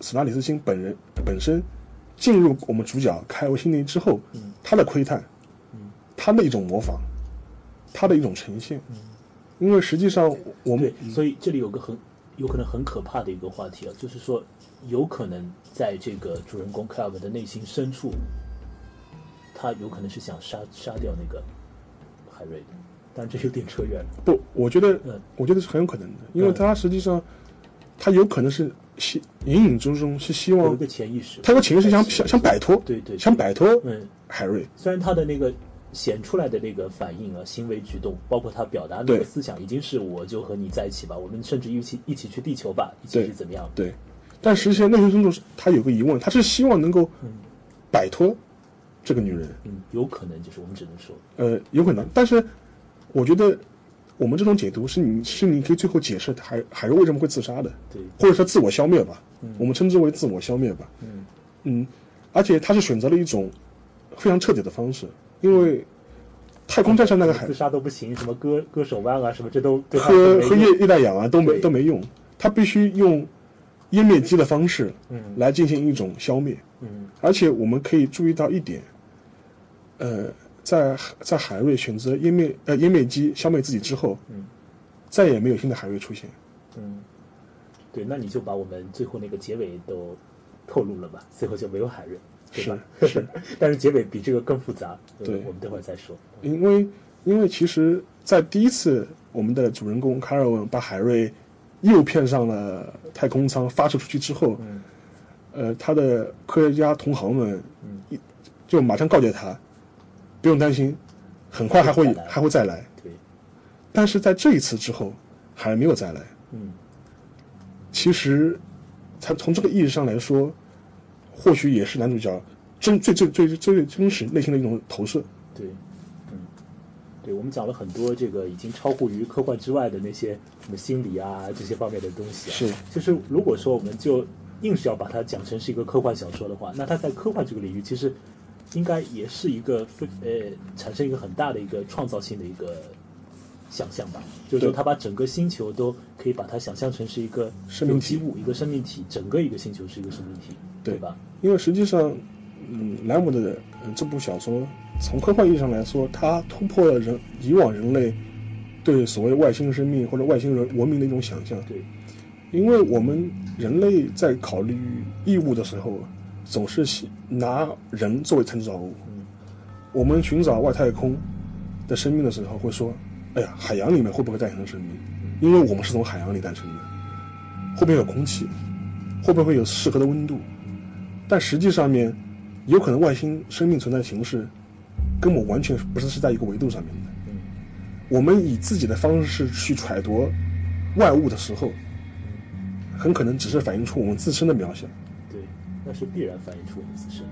S1: 斯拉里斯星本人本身进入我们主角凯文心灵之后，他的窥探，他的一种模仿，他的一种呈现。因为实际上，我们
S2: 对，所以这里有个很有可能很可怕的一个话题啊，就是说，有可能在这个主人公 Club 的内心深处，他有可能是想杀杀掉那个海瑞的，但这有点扯远了。
S1: 不，我觉得
S2: 嗯，
S1: 我觉得是很有可能的，因为他实际上，他有可能是希隐隐中中是希
S2: 有一
S1: 望
S2: 个潜意识，
S1: 哦他有潜意识想想想摆脱，
S2: 对对对
S1: 想摆脱
S2: 嗯，
S1: 海瑞，
S2: 虽然他的那个显出来的那个反应啊、行为举动，包括他表达那个
S1: 对
S2: 思想，已经是我就和你在一起吧，我们甚至一起一起去地球吧，一起
S1: 对
S2: 去怎么样？
S1: 对，但实际上内心深处他有个疑问，他是希望能够摆脱这个女人，
S2: 嗯，有可能就是我们只能说，
S1: 呃，有可能，但是我觉得我们这种解读是你是你可以最后解释海海瑞为什么会自杀的，
S2: 对
S1: 或者说自我消灭吧，我们称之为自我消灭吧。
S2: 嗯
S1: 嗯而且他是选择了一种非常彻底的方式，因为太空站上那个海
S2: 自杀都不行，什么割割手腕啊，什么这都对他
S1: 喝
S2: 都
S1: 喝
S2: 没用
S1: 液液氮氧啊都没
S2: 对
S1: 都没用，他必须用湮灭机的方式
S2: 嗯
S1: 来进行一种消灭。
S2: 嗯
S1: 而且我们可以注意到一点，呃，在在海瑞选择湮灭呃湮灭机消灭自己之后，
S2: 嗯
S1: 再也没有新的海瑞出现。
S2: 嗯，对，那你就把我们最后那个结尾都透露了吧，最后就没有海瑞，对吧？
S1: 是是
S2: (laughs) 但是结尾比这个更复杂，呃
S1: 对
S2: 我们等会儿再说。
S1: 因为因为其实，在第一次我们的主人公卡尔文把海瑞诱骗上了太空舱，发射出去之后，
S2: 嗯
S1: 呃，他的科学家同行们
S2: 嗯
S1: 一就马上告诫他，不用担心，很快还
S2: 会
S1: 会
S2: 再来
S1: 还会再来。
S2: 对，
S1: 但是在这一次之后，海瑞没有再来。
S2: 嗯
S1: 其实，他从这个意义上来说，或许也是男主角真最最最最真实内心的一种投射。
S2: 对，嗯，对，我们讲了很多这个已经超乎于科幻之外的那些什么心理啊这些方面的东西啊。
S1: 是，
S2: 其实如果说我们就硬是要把它讲成是一个科幻小说的话，那它在科幻这个领域其实应该也是一个非呃产生一个很大的一个创造性的一个想象吧，就是说
S1: 对
S2: 他把整个星球都可以把它想象成是一个
S1: 生命
S2: 有
S1: 体
S2: 机物，一个生命体，整个一个星球是一个生命体，
S1: 对
S2: 吧？
S1: 因为实际上，嗯，莱姆的、呃这部小说从科幻意义上来说，它突破了人以往人类对所谓外星生命或者外星人文明的一种想象。
S2: 对，
S1: 因为我们人类在考虑义务的时候，总是喜拿人作为参照物。
S2: 嗯
S1: 我们寻找外太空的生命的时候，会说：“哎呀，海洋里面会不会诞生生命？因为我们是从海洋里诞生的，会不会有空气？会不会有适合的温度？”但实际上面，有可能外星生命存在的形式跟我完全不是是在一个维度上面的。我们以自己的方式去揣度外物的时候，很可能只是反映出我们自身的渺小。
S2: 对，那是必然反映出我们自身，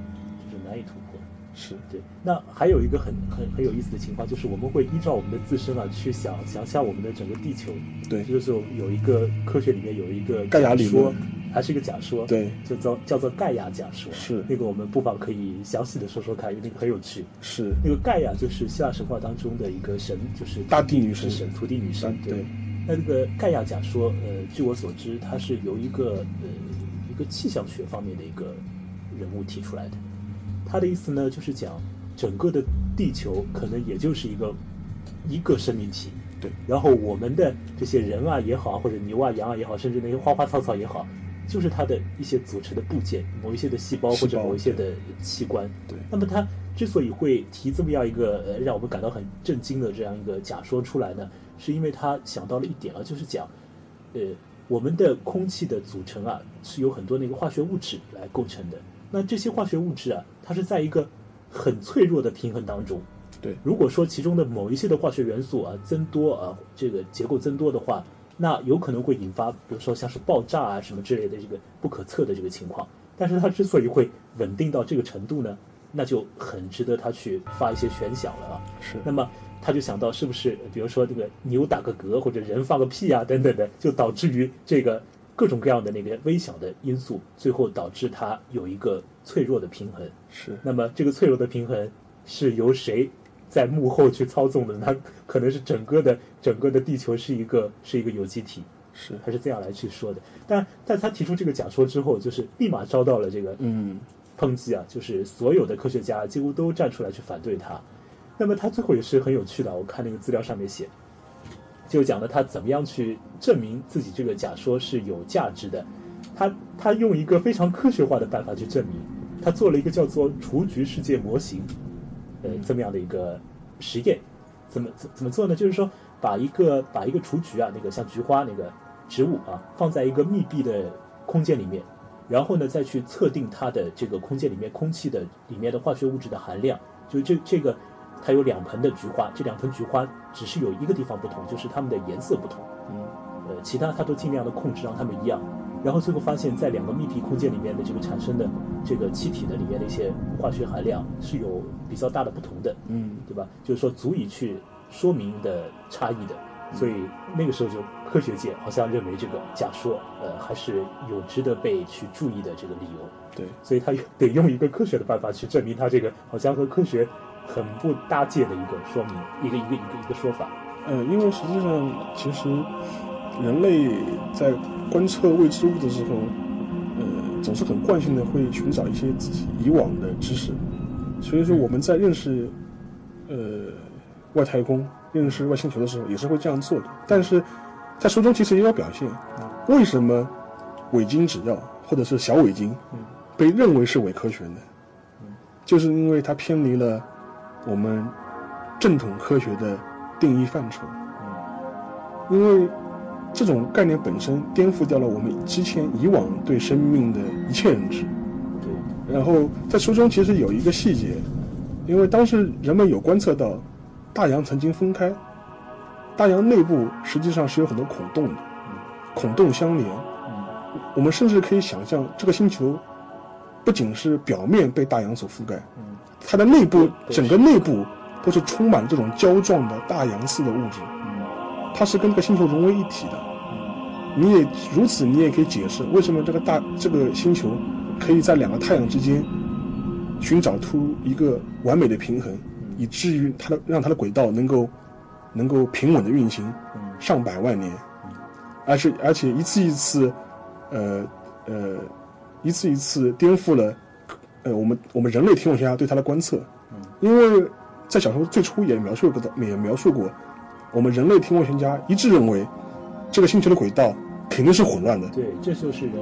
S2: 就是难以突破。
S1: 是
S2: 对，那还有一个很很很有意思的情况，就是我们会依照我们的自身啊，去想想象我们的整个地球。
S1: 对
S2: 这就是有一个科学里面有一个
S1: 盖亚理论
S2: 说，还是一个假说，
S1: 对，
S2: 就叫叫做盖亚假说。
S1: 是
S2: 那个我们不妨可以详细的说说看，因为那个很有趣。
S1: 是，
S2: 那个盖亚就是希腊神话当中的一个神，就是
S1: 大地女
S2: 是
S1: 神
S2: 神，土地女神
S1: 啊。对
S2: 对，那这个盖亚假说，呃，据我所知，它是由一个呃一个气象学方面的一个人物提出来的。他的意思呢，就是讲整个的地球可能也就是一个一个生命体，
S1: 对，
S2: 然后我们的这些人啊也好，或者牛啊羊啊也好，甚至那些花花草草也好，就是它的一些组成的部件，某一些的细胞
S1: 细
S2: 或者
S1: 胞
S2: 某一些的器官。
S1: 对
S2: 那么它之所以会提这么样一个呃让我们感到很震惊的这样一个假说出来呢，是因为他想到了一点啊，就是讲，呃，我们的空气的组成啊是由很多那个化学物质来构成的。那这些化学物质啊，它是在一个很脆弱的平衡当中，
S1: 对
S2: 如果说其中的某一些的化学元素啊增多啊，这个结构增多的话，那有可能会引发，比如说像是爆炸啊什么之类的这个不可测的这个情况。但是它之所以会稳定到这个程度呢，那就很值得他去发一些悬想了啊。
S1: 是
S2: 那么他就想到，是不是呃比如说这个牛打个嗝或者人放个屁啊等等的，就导致于这个各种各样的那个微小的因素，最后导致它有一个脆弱的平衡。
S1: 是
S2: 那么这个脆弱的平衡是由谁在幕后去操纵的呢？那可能是整个的整个的地球是一个是一个有机体，
S1: 是，
S2: 他是这样来去说的。但但他提出这个假说之后，就是立马遭到了这个
S1: 嗯，
S2: 抨击啊，就是所有的科学家几乎都站出来去反对他。那么他最后也是很有趣的啊，我看那个资料上面写，就讲了他怎么样去证明自己这个假说是有价值的。他他用一个非常科学化的办法去证明，他做了一个叫做雏菊世界模型，呃，这么样的一个实验。怎么怎怎么做呢？就是说把一个把一个雏菊啊，那个像菊花那个植物啊，放在一个密闭的空间里面，然后呢再去测定它的这个空间里面空气的里面的化学物质的含量。就这这个，它有两盆的菊花，这两盆菊花只是有一个地方不同，就是它们的颜色不同。呃，其他它都尽量的控制让它们一样。然后最后发现，在两个密闭空间里面的这个产生的这个气体的里面的一些化学含量是有比较大的不同的，
S1: 嗯，
S2: 对吧？就是说足以去说明的差异的。所以那个时候就科学界好像认为这个假说，呃，还是有值得被去注意的这个理由。
S1: 对，
S2: 所以他得用一个科学的办法去证明他这个好像和科学很不搭界的一个说明，一个一个一个一个说法。
S1: 呃，因为实际上，其实人类在观测未知物的时候，呃，总是很惯性的会寻找一些自己以往的知识，所以说我们在认识呃外太空、认识外星球的时候，也是会这样做的。但是在书中其实也有表现，为什么伪金指药或者是小伪金
S2: 嗯
S1: 被认为是伪科学呢？就是因为它偏离了我们正统科学的定义范畴，
S2: 嗯
S1: 因为这种概念本身颠覆掉了我们之前以往对生命的一切认知。，
S2: 嗯对，
S1: 然后在书中其实有一个细节，因为当时人们有观测到大洋曾经分开，大洋内部实际上是有很多孔洞的，孔洞相连。
S2: 嗯
S1: 我们甚至可以想象，这个星球不仅是表面被大洋所覆盖，
S2: 嗯
S1: 它的内部
S2: 对
S1: 整个内部都是充满这种胶状的大洋似的物质，
S2: 嗯
S1: 它是跟这个星球融为一体的。你也如此，你也可以解释为什么这个大这个星球可以在两个太阳之间寻找出一个完美的平衡，以至于它的让它的轨道能够能够平稳的运行
S2: 嗯
S1: 上百万年，而且而且一次一次，呃呃，一次一次颠覆了呃我们我们人类天文学家对它的观测，因为在小说最初也描述过的，也描述过，我们人类天文学家一致认为，这个星球的轨道肯定是混乱的。
S2: 对，这就是人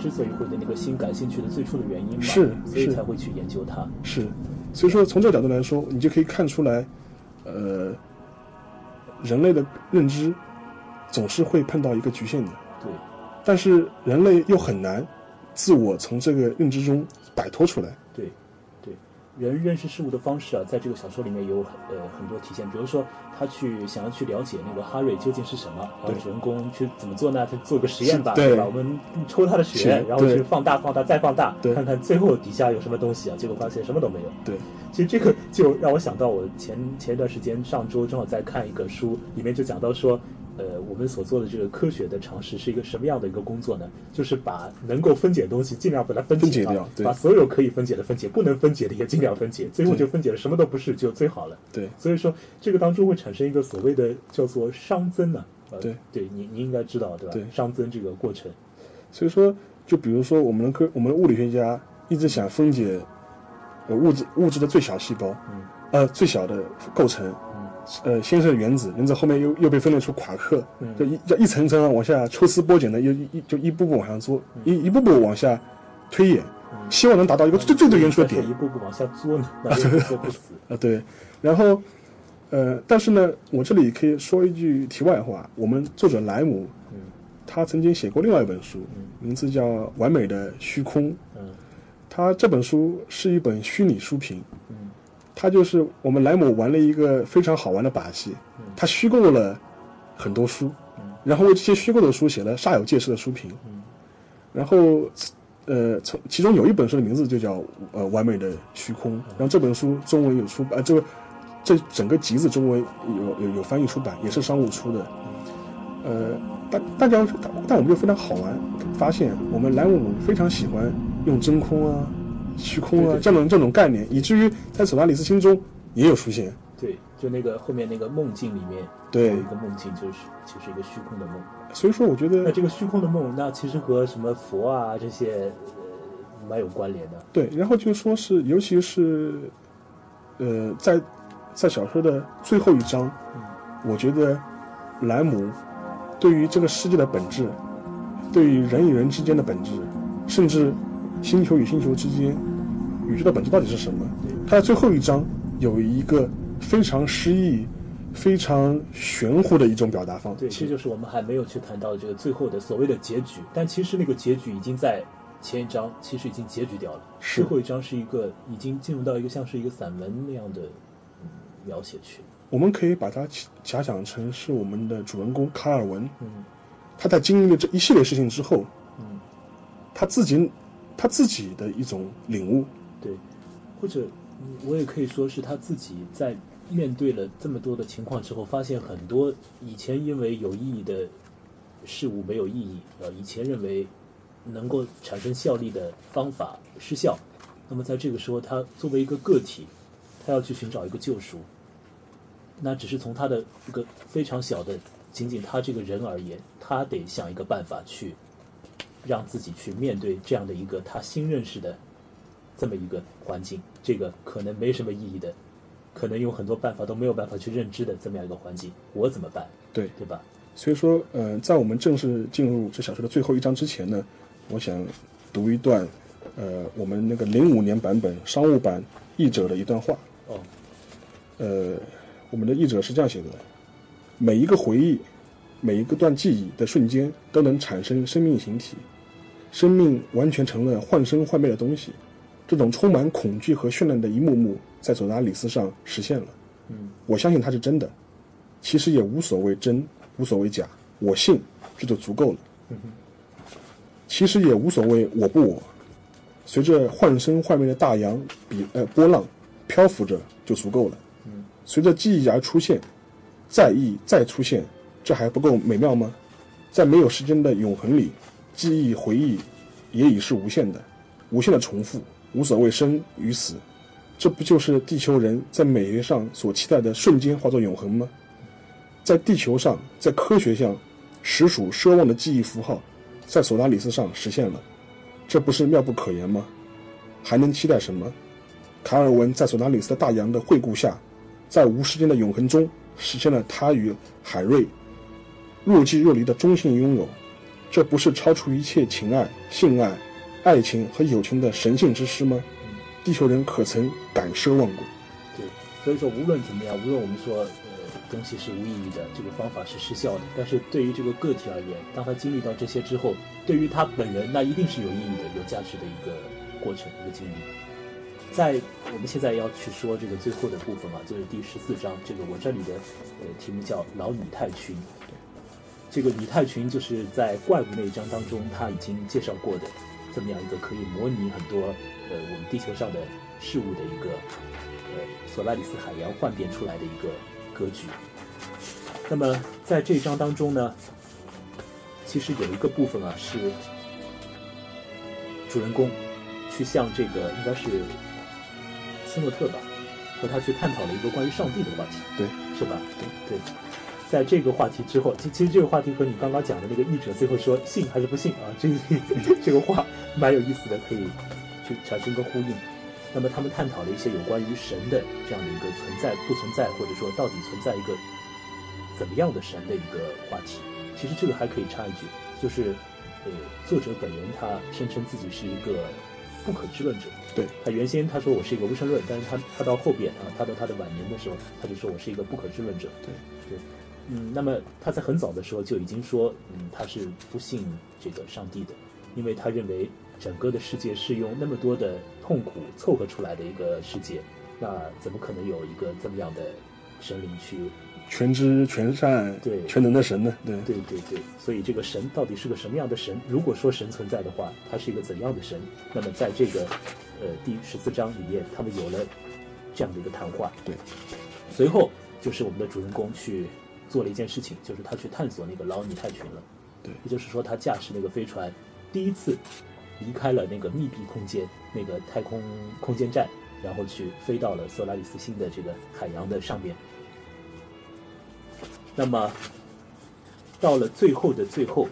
S2: 之所以会对那个心感兴趣的最初的原因嘛，
S1: 是
S2: 所以
S1: 是
S2: 才会去研究它。
S1: 是，所以说从这个角度来说，你就可以看出来，呃，人类的认知总是会碰到一个局限的，
S2: 对，
S1: 但是人类又很难自我从这个认知中摆脱出来。
S2: 对，人认识事物的方式啊，在这个小说里面有很呃很多体现，比如说他去想要去了解那个哈瑞究竟是什么，然后主人公去怎么做呢？他做个实验吧，
S1: 是对
S2: 吧？我们抽他的血，
S1: 血
S2: 然后去
S1: 对
S2: 放大、放大、再放大，
S1: 对
S2: 看看最后底下有什么东西啊？结果发现什么都没有。
S1: 对，
S2: 其实这个就让我想到，我前前一段时间上周正好在看一个书，里面就讲到说，呃，我们所做的这个科学的尝试是一个什么样的一个工作呢？就是把能够分解的东西尽量把它分
S1: 分解
S2: 掉，
S1: 掉对
S2: 把所有可以分解的分解，不能分解的也尽量分解，最后
S1: 对
S2: 就分解了什么都不是，就最好了。
S1: 对，
S2: 所以说，这个当中会产生一个所谓的叫做熵增呢、呃，
S1: 对，
S2: 对你你应该知道对吧？
S1: 对
S2: 熵增这个过程，
S1: 所以说，就比如说我们的科，我们的物理学家一直想分解呃物质物质的最小细胞，
S2: 嗯
S1: 呃最小的构成，
S2: 嗯
S1: 呃先是原子，原子后面又又被分裂出夸克，
S2: 嗯
S1: 就一要一层层地往下抽丝剥茧的，又一一就一步步往上做，一一步步往下推演，
S2: 嗯
S1: 希望能达到一个最最最原初的点
S2: 但是一步步往下作呢，那
S1: (laughs)
S2: 也作不死。
S1: 啊、对，然后。呃，但是呢，我这里可以说一句题外话。我们作者莱姆，
S2: 嗯
S1: 他曾经写过另外一本书，
S2: 嗯
S1: 名字叫《完美的虚空》。
S2: 嗯
S1: 他这本书是一本虚拟书评，
S2: 嗯
S1: 他就是我们莱姆玩了一个非常好玩的把戏
S2: 嗯，
S1: 他虚构了很多书
S2: 嗯，
S1: 然后为这些虚构的书写了煞有介事的书评，
S2: 嗯
S1: 然后呃，从其中有一本书的名字就叫呃《完美的虚空》，然后这本书中文有出版，呃这个这整个集子中文有有有翻译出版，也是商务出的，呃，大大家但但我们就非常好玩，发现我们莱姆非常喜欢用真空啊、虚空啊
S2: 对对对
S1: 这种这种概念，以至于在索拉里斯心中也有出现。
S2: 对，就那个后面那个梦境里面，
S1: 对
S2: 有一个梦境就是就是一个虚空的梦。
S1: 所以说，我觉得
S2: 那这个虚空的梦，那其实和什么佛啊这些呃蛮有关联的。
S1: 对，然后就说是，尤其是，呃，在在小说的最后一章，我觉得莱姆对于这个世界的本质，对于人与人之间的本质，甚至星球与星球之间，宇宙的本质到底是什么？他在最后一章有一个非常诗意、非常玄乎的一种表达方
S2: 对，这
S1: 式。
S2: 就是我们还没有去谈到这个最后的所谓的结局，但其实那个结局已经在前一章其实已经结局掉了，
S1: 是
S2: 最后一章是一个已经进入到一个像是一个散文那样的、嗯、描写去。
S1: 我们可以把它假想成是我们的主人公卡尔文，
S2: 嗯
S1: 他在经历了这一系列事情之后，
S2: 嗯。
S1: 他自己他自己的一种领悟。
S2: 对，或者嗯我也可以说是他自己在面对了这么多的情况之后，发现很多以前因为有意义的事物没有意义，呃，以前认为能够产生效力的方法失效。那么在这个时候，他作为一个个体，他要去寻找一个救赎。那只是从他的一个非常小的，仅仅他这个人而言，他得想一个办法去让自己去面对这样的一个他新认识的这么一个环境，这个可能没什么意义的，可能有很多办法都没有办法去认知的这么样一个环境，我怎么办？
S1: 对，
S2: 对吧？
S1: 所以说，呃，在我们正式进入这小说的最后一章之前呢，我想读一段，呃，我们那个零五年版本商务版译者的一段话。
S2: 哦，
S1: 呃，我们的译者是这样写的：每一个回忆，每一个段记忆的瞬间，都能产生生命形体，生命完全成了幻生幻灭的东西。这种充满恐惧和绚烂的一幕幕，在佐达里斯上实现了。
S2: 嗯，
S1: 我相信它是真的，其实也无所谓真，无所谓假，我信，这就足够了。其实也无所谓我不我，随着幻生幻灭的大洋比呃波浪漂浮着就足够了。随着记忆而出现，再忆再出现，这还不够美妙吗？在没有时间的永恒里，记忆回忆也已是无限的，无限的重复，无所谓生与死，这不就是地球人在美学上所期待的瞬间化作永恒吗？在地球上，在科学上，实属奢望的记忆符号，在索达里斯上实现了，这不是妙不可言吗？还能期待什么？卡尔文在索达里斯的大洋的惠顾下，在无时间的永恒中实现了他与海瑞若即若离的中性拥有。这不是超出一切情爱、性爱、爱情和友情的神性之诗吗？地球人可曾敢奢望过？
S2: 对。所以说，无论怎么样，无论我们说呃东西是无意义的，这个方法是失效的，但是对于这个个体而言，当他经历到这些之后，对于他本人，那一定是有意义的、有价值的一个过程、一个经历。在我们现在要去说这个最后的部分啊，就是第十四章。这个我这里的呃题目叫“老拟态群”。这个拟态群就是在怪物那一章当中他已经介绍过的，这么样一个可以模拟很多呃我们地球上的事物的一个呃索拉里斯海洋幻变出来的一个格局。那么在这一章当中呢，其实有一个部分啊是主人公去向这个应该是斯诺特吧，和他去探讨了一个关于上帝的话题，
S3: 对，
S2: 是吧？对对。在这个话题之后，其其实这个话题和你刚刚讲的那个译者最后说信还是不信啊，这个 (laughs) 这个话蛮有意思的，可以去产生一个呼应。那么他们探讨了一些有关于神的这样的一个存在不存在，或者说到底存在一个怎么样的神的一个话题。其实这个还可以插一句，就是呃，作者本人他声称自己是一个不可知论者。
S3: 对，
S2: 他原先他说我是一个无神论，但是他他到后边啊，他到他的晚年的时候，他就说我是一个不可知论者。
S3: 对
S2: 对，嗯，那么他在很早的时候就已经说，嗯，他是不信这个上帝的，因为他认为整个的世界是用那么多的痛苦凑合出来的一个世界，那怎么可能有一个这么样的神灵去
S3: 全知全善
S2: 对
S3: 全能的神呢？对
S2: 对对对，所以这个神到底是个什么样的神？如果说神存在的话，它是一个怎样的神？那么在这个呃第十四章里面，他们有了这样的一个谈话。
S3: 对，
S2: 随后就是我们的主人公去做了一件事情，就是他去探索那个劳尼泰群了。
S3: 对
S2: 也就是说，他驾驶那个飞船第一次离开了那个密闭空间，那个太空空间站，然后去飞到了索拉里斯星的这个海洋的上面。那么到了最后的最后，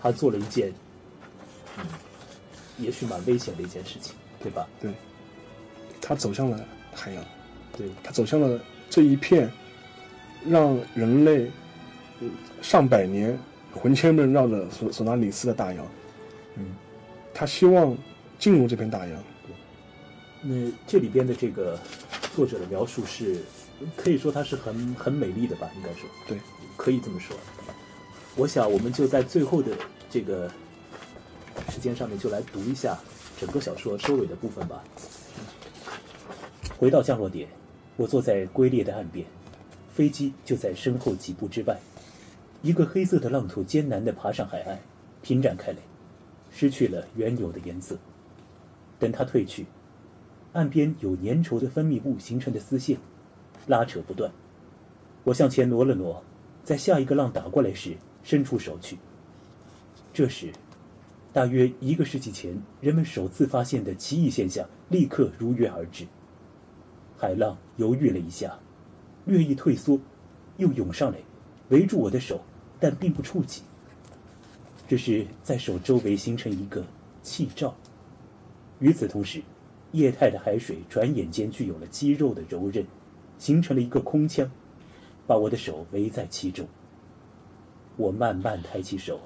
S2: 他做了一件，嗯，也许蛮危险的一件事情，对吧？
S3: 对，他走向了海洋，
S2: 对，
S3: 他走向了这一片让人类呃上百年魂牵梦绕的索索纳里斯的大洋。
S2: 嗯，
S3: 他希望进入这片大洋。
S2: 那这里边的这个作者的描述是，可以说它是很很美丽的吧，应该说
S3: 对，
S2: 可以这么说。我想我们就在最后的这个时间上面，就来读一下整个小说收尾的部分吧。回到降落点，我坐在龟裂的岸边，飞机就在身后几步之外。一个黑色的浪头艰难地爬上海岸，平展开来，失去了原有的颜色。等它退去，岸边有粘稠的分泌物形成的丝线，拉扯不断。我向前挪了挪，在下一个浪打过来时伸出手去。这时，大约一个世纪前人们首次发现的奇异现象立刻如约而至。海浪犹豫了一下，略一退缩，又涌上来，围住我的手，但并不触及。这是在手周围形成一个气罩。与此同时，液态的海水转眼间具有了肌肉的柔韧，形成了一个空腔，把我的手围在其中。我慢慢抬起手，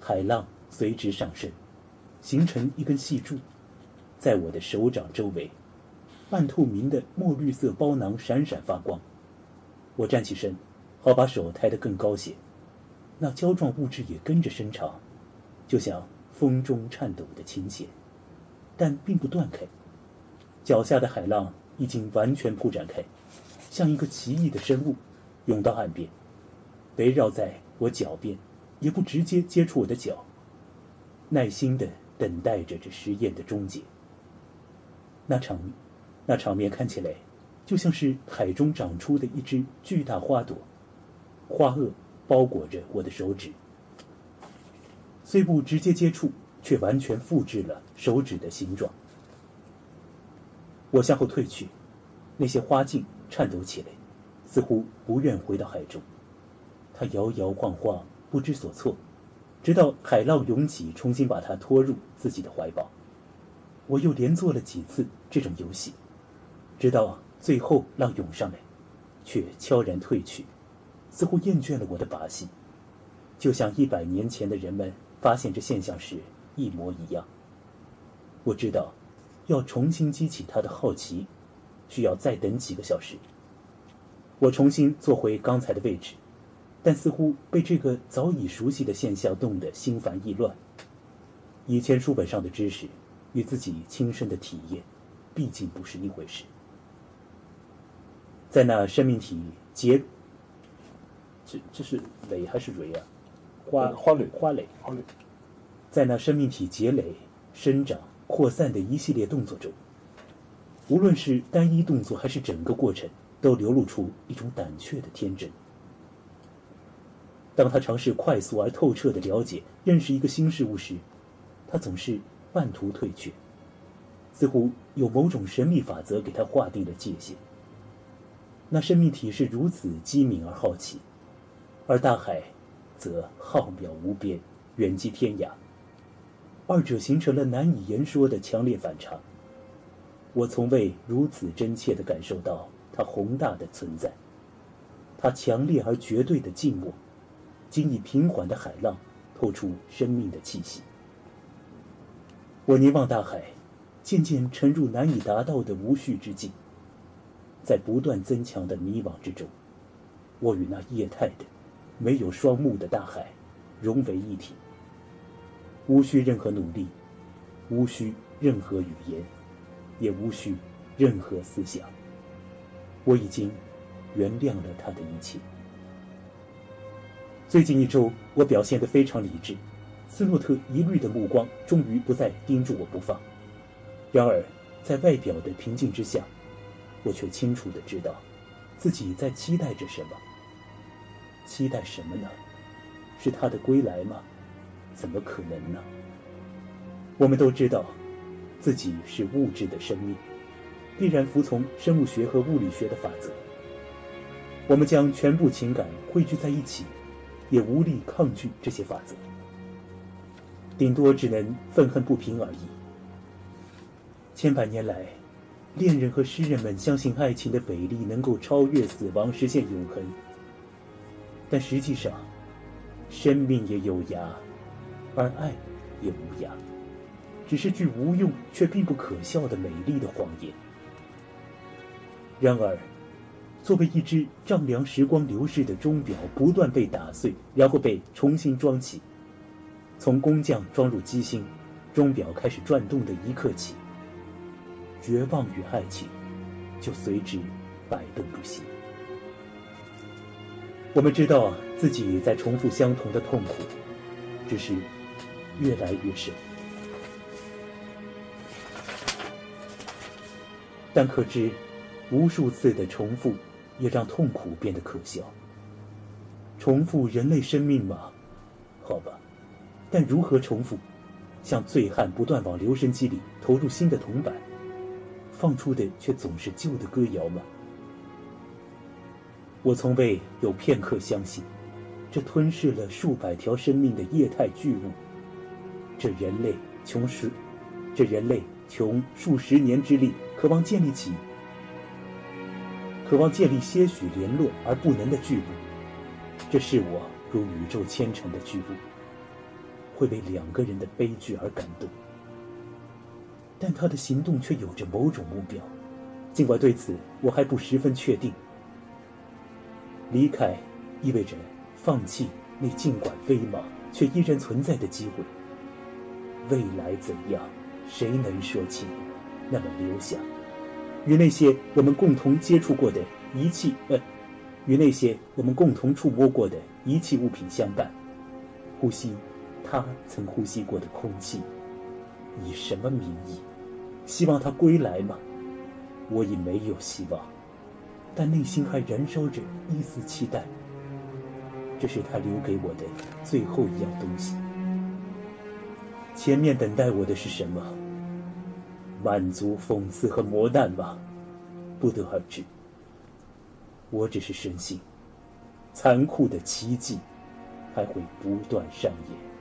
S2: 海浪随之上升，形成一根细柱，在我的手掌周围，半透明的墨绿色包囊闪闪发光。我站起身，好把手抬得更高些，那胶状物质也跟着伸长，就像风中颤抖的琴弦。但并不断开。脚下的海浪已经完全铺展开，像一个奇异的生物，涌到岸边，围绕在我脚边，也不直接接触我的脚，耐心地等待着这实验的终结。那场，那场面看起来，就像是海中长出的一只巨大花朵，花萼包裹着我的手指。虽不直接接触，却完全复制了手指的形状。我向后退去，那些花茎颤抖起来，似乎不愿回到海中。它摇摇晃晃，不知所措，直到海浪涌起，重新把它拖入自己的怀抱。我又连做了几次这种游戏，直到啊最后浪涌上来，却悄然退去，似乎厌倦了我的把戏。就像一百年前的人们发现这现象时一模一样。我知道，要重新激起他的好奇，需要再等几个小时。我重新坐回刚才的位置，但似乎被这个早已熟悉的现象弄得心烦意乱。以前书本上的知识与自己亲身的体验，毕竟不是一回事。在那生命体结，这这是蕾还是蕊啊？花
S4: 嗯花蕾
S2: 花蕾，
S4: 好嘞，
S2: 在那生命体结蕾、生长、扩散的一系列动作中，无论是单一动作还是整个过程，都流露出一种胆怯的天真。当他尝试快速而透彻地了解、认识一个新事物时，他总是半途退却，似乎有某种神秘法则给他划定了界限。那生命体是如此机敏而好奇，而大海则浩渺无边，远及天涯。二者形成了难以言说的强烈反差。我从未如此真切地感受到它宏大的存在，它强烈而绝对的静默，经以平缓的海浪透出生命的气息。我凝望大海，渐渐沉入难以达到的无序之境，在不断增强的迷惘之中，我与那液态的、没有双目的大海融为一体，无需任何努力，无需任何语言，也无需任何思想。我已经原谅了他的一切。最近一周，我表现得非常理智，斯诺特疑虑的目光终于不再盯住我不放。然而，在外表的平静之下，我却清楚地知道，自己在期待着什么。期待什么呢？是他的归来吗？怎么可能呢？我们都知道，自己是物质的生命，必然服从生物学和物理学的法则。我们将全部情感汇聚在一起，也无力抗拒这些法则，顶多只能愤恨不平而已。千百年来，恋人和诗人们相信爱情的美丽能够超越死亡，实现永恒。但实际上，生命也有涯，而爱也无涯，只是句无用却并不可笑的美丽的谎言。然而，作为一只丈量时光流逝的钟表，不断被打碎，然后被重新装起。从工匠装入机芯，钟表开始转动的一刻起，绝望与爱情就随之摆动不息。我们知道自己在重复相同的痛苦，只是越来越深。但可知，无数次的重复也让痛苦变得可笑。重复人类生命吗？好吧，但如何重复？像醉汉不断往留声机里投入新的铜板，放出的却总是旧的歌谣吗？我从未有片刻相信，这吞噬了数百条生命的液态巨物，这人类穷十，这人类穷数十年之力，渴望建立起，渴望建立些许联络而不能的巨物，这是我如宇宙纤尘的巨物，会为两个人的悲剧而感动。但他的行动却有着某种目标，尽管对此我还不十分确定。离开意味着放弃那尽管微茫却依然存在的机会。未来怎样，谁能说清？那么留下，与那些我们共同接触过的一切，呃，与那些我们共同触摸过的一切物品相伴，呼吸他曾呼吸过的空气，以什么名义？希望他归来吗？我已没有希望。但内心还燃烧着一丝期待。这是他留给我的最后一样东西。前面等待我的是什么？满足、讽刺和磨难吗？不得而知。我只是深信，残酷的奇迹还会不断上演。